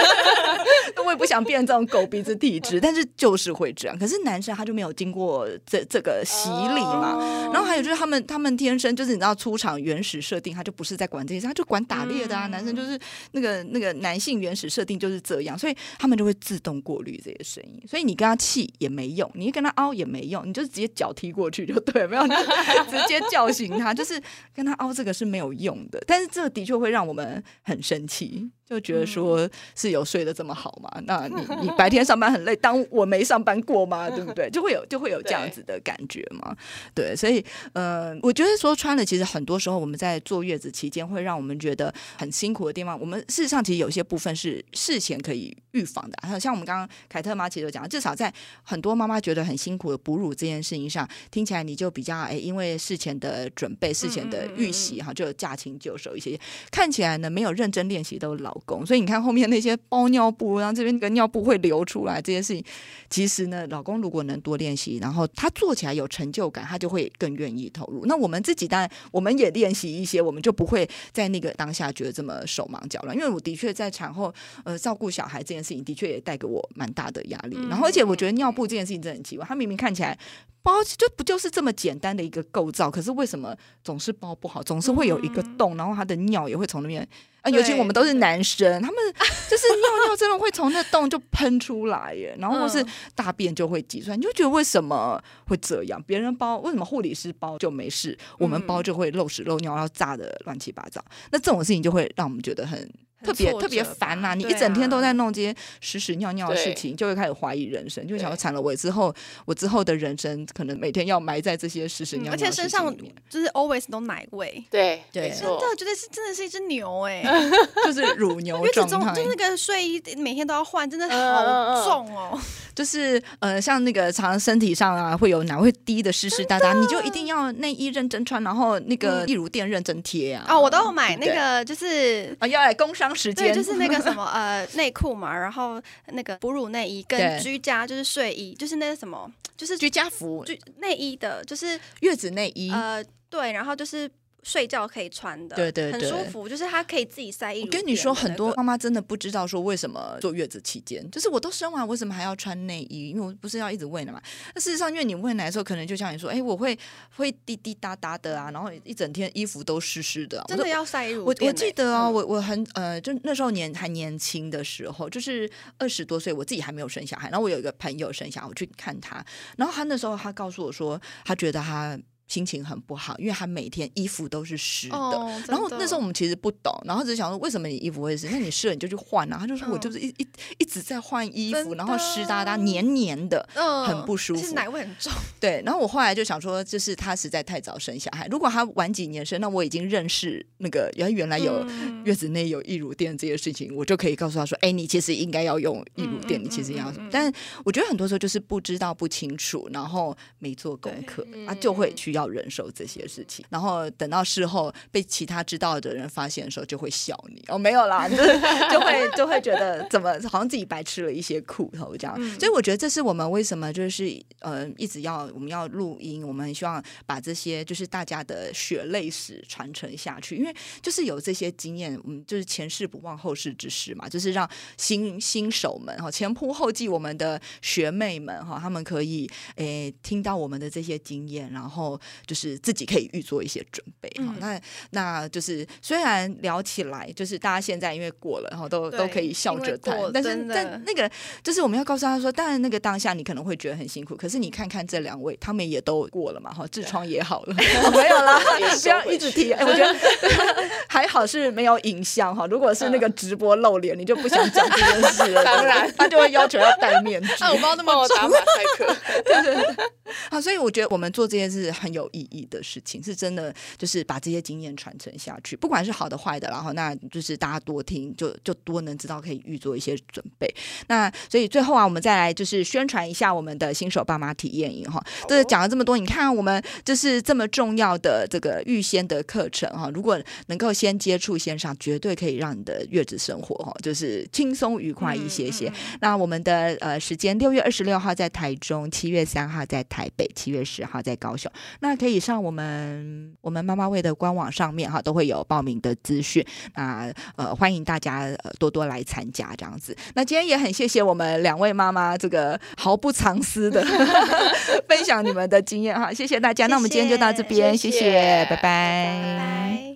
Speaker 2: 我也不想变这种狗鼻子体质，但是就是会这样。可是男生他就没有经过这这个洗礼嘛。
Speaker 3: 哦
Speaker 2: 然后还有就是他们他们天生就是你知道出厂原始设定，他就不是在管这些事，他就管打猎的啊。男生就是那个那个男性原始设定就是这样，所以他们就会自动过滤这些声音。所以你跟他气也没用，你跟他凹也没用，你就直接脚踢过去就对了，没有直接叫醒他，就是跟他凹这个是没有用的。但是这的确会让我们很生气，就觉得说是有睡得这么好吗？那你你白天上班很累，当我没上班过吗？对不对？就会有就会有这样子的感觉嘛。对，所以呃，我觉得说穿了，其实很多时候我们在坐月子期间会让我们觉得很辛苦的地方，我们事实上其实有些部分是事前可以预防的啊。像我们刚刚凯特妈其实有讲，至少在很多妈妈觉得很辛苦的哺乳这件事情上，听起来你就比较哎，因为事前的准备、事前的预习哈，就有驾轻就熟一些。看起来呢，没有认真练习都是老公，所以你看后面那些包尿布，然后这边个尿布会流出来这些事情，其实呢，老公如果能多练习，然后他做起来有成就感，他就会更愿意投入。那我们自己当然我们也练习一些，我们就不会在那个当下觉得这么手忙脚乱。因为我的确在产后呃照顾小孩这件事情，的确也带给我蛮大的压力。然后而且我觉得尿布这件事情真的很奇怪，它明明看起来。包就不就是这么简单的一个构造，可是为什么总是包不好，总是会有一个洞，然后他的尿也会从那边啊，尤其
Speaker 4: 对
Speaker 2: 我们都是男生， 他们就是尿尿真的会从那洞就喷出来耶，然后或是
Speaker 4: 嗯
Speaker 2: 大便就会挤出来，你就觉得为什么会这样？别人包为什么护理师包就没事，我们
Speaker 4: 嗯
Speaker 2: 包就会漏屎漏尿，然后炸的乱七八糟。那这种事情就会让我们觉得很。
Speaker 4: 很
Speaker 2: 特别
Speaker 4: 挫
Speaker 2: 特别
Speaker 4: 折吧
Speaker 2: 烦呐、你
Speaker 4: 对
Speaker 2: 一整天都
Speaker 4: 啊
Speaker 2: 在弄这些屎屎尿尿的事
Speaker 3: 对
Speaker 2: 情，就会开始怀疑人生，就会想说
Speaker 3: 对
Speaker 2: 惨了，我之后我之后的人生可能每天要埋在这些屎屎
Speaker 4: 嗯
Speaker 2: 尿尿的
Speaker 4: 而且
Speaker 2: 事情
Speaker 4: 身
Speaker 2: 里面、
Speaker 4: 上就是 always 都奶味。
Speaker 3: 对，
Speaker 2: 对
Speaker 3: 没
Speaker 4: 真
Speaker 3: 错，
Speaker 4: 的，觉得是真的是一只牛哎、
Speaker 2: 就是 乳牛
Speaker 4: 因为这
Speaker 2: 状
Speaker 4: 种
Speaker 2: 态
Speaker 4: 就，是那个睡衣每天都要换，真的
Speaker 3: 嗯嗯
Speaker 4: 好
Speaker 3: 嗯
Speaker 4: 重哦。
Speaker 2: 就是呃，像那个常常身体上啊会有哪会滴的湿湿哒哒，你就一定要内衣认真穿，然后那个
Speaker 4: 嗯
Speaker 2: 溢乳垫认真贴啊。
Speaker 4: 哦，我都有买
Speaker 2: 对
Speaker 4: 那个，就是
Speaker 2: 啊，要来工商时
Speaker 4: 对，
Speaker 2: 间，
Speaker 4: 就是那个什么呃内裤嘛，然后那个哺乳内衣
Speaker 2: 对
Speaker 4: 跟居家就是睡衣，就是那个什么，就是
Speaker 2: 居家服、
Speaker 4: 居内衣的，就是
Speaker 2: 月子内衣。
Speaker 4: 呃对，然后就是睡觉可以穿的，
Speaker 2: 对对
Speaker 4: 很
Speaker 2: 对
Speaker 4: 舒服，就是它可以自己塞一、
Speaker 2: 我跟你说，很多妈妈真的不知道说为什么坐月子期间，就是我都生完，为什么还要穿内衣？因为我不是要一直喂奶嘛。那事实上，因为你喂奶的时候，可能就像你说，哎，我会会滴滴答答的啊，然后一整天衣服都湿湿的啊、
Speaker 4: 真
Speaker 2: 我都
Speaker 4: 的要塞乳
Speaker 2: 我
Speaker 4: 垫
Speaker 2: 我
Speaker 4: 欸
Speaker 2: 记得啊，
Speaker 4: 嗯
Speaker 2: 我我很呃，就那时候年还年轻的时候，就是二十多岁，我自己还没有生小孩。然后我有一个朋友生小孩，我去看他，然后他那时候他告诉我说，他觉得他心情很不好，因为他每天衣服都是湿的。
Speaker 4: 哦
Speaker 2: 然
Speaker 4: 真
Speaker 2: 后那时候
Speaker 4: 的
Speaker 2: 我们其实不懂，然后只是想说为什么你衣服会湿？那你湿了你就去换啊。他就说我就是一一一直在换衣服，
Speaker 4: 嗯真
Speaker 2: 然后湿哒哒
Speaker 4: 的
Speaker 2: 黏黏的，
Speaker 4: 嗯
Speaker 2: 很不舒
Speaker 4: 其实
Speaker 2: 服
Speaker 4: 奶味很重，
Speaker 2: 对，然后我后来就想说，就是他实在太早生小孩，如果他晚几年生，那我已经认识那个原原来有
Speaker 4: 嗯
Speaker 2: 月子内有溢乳垫这些事情，我就可以告诉他说，哎，你其实应该要用溢乳垫，
Speaker 4: 嗯嗯
Speaker 2: 你其实要。
Speaker 4: 嗯嗯嗯
Speaker 2: 但我觉得很多时候就是不知道、不清楚，然后没做功课，
Speaker 4: 嗯
Speaker 2: 啊，就会需要忍受这些事情。然后等到事后被其他知道的人发现的时候，就会笑你哦，没有啦，就是 就会 就会觉得怎么好像自己白吃了一些苦头这样。
Speaker 4: 嗯
Speaker 2: 所以我觉得这是我们为什么就是呃一直要我们要录音，我们很希望把这些就是大家的血泪史传承下去，因为就是有这些经验，我们就是前世不忘后世之师嘛，就是让新新手们哈前仆后继我们的学妹们哈，他们可以诶听到我们的这些经验，然后就是自己可以预做一些准备哈、
Speaker 4: 嗯
Speaker 2: 那那就是虽然聊起来，就是大家现在因为过了，然后都
Speaker 4: 对
Speaker 2: 都可以笑着谈
Speaker 4: 因为过，
Speaker 2: 但是
Speaker 4: 真的
Speaker 2: 但那个就是我们要告诉他说，当然那个当下你可能会觉得很辛苦，可是你看看这两位，他们也都过了嘛，哈，痔疮也 好了，没有啦，
Speaker 3: 也
Speaker 2: 不
Speaker 3: 收
Speaker 2: 要
Speaker 3: 回
Speaker 2: 一直
Speaker 3: 去
Speaker 2: 提，哎、我觉得 还好是没有影像
Speaker 3: 嗯
Speaker 2: 哈，如果是那个直播露脸，你就不想讲这件事了，
Speaker 3: 当然
Speaker 2: 他就会要求要戴面具。
Speaker 4: 啊，我包那
Speaker 3: 帮
Speaker 4: 么
Speaker 3: 我
Speaker 4: 重
Speaker 3: 打马赛克，
Speaker 2: 啊，所以我觉得我们做这件事是很有意义的事情，是真的，就是把这些经验传承下去，不管是好的坏的，然后那就是大家多听，就就多能知道可以预做一些准备。那所以最后啊，我们再来就是宣传一下我们的新手爸妈体验营哈。这讲了这么多，你看我们就是这么重要的这个预先的课程哈，如果能够先接触线上，绝对可以让你的月子生活哈，就是轻松愉快
Speaker 4: 嗯
Speaker 2: 一些些。那我们的呃时间，六月二十六号在台中，七月三号在台北，七月十号在高雄。那可以上我们我们妈妈味的官网上面哈，都会有报名的资讯。那呃，欢迎大家呃多多来参加这样子。那今天也很谢谢我们两位妈妈这个毫不藏私 的分享你们的经验哈，谢谢大家。那我们今天就到这边，谢
Speaker 3: 谢谢
Speaker 2: 拜
Speaker 3: 拜拜
Speaker 4: 嗯拜。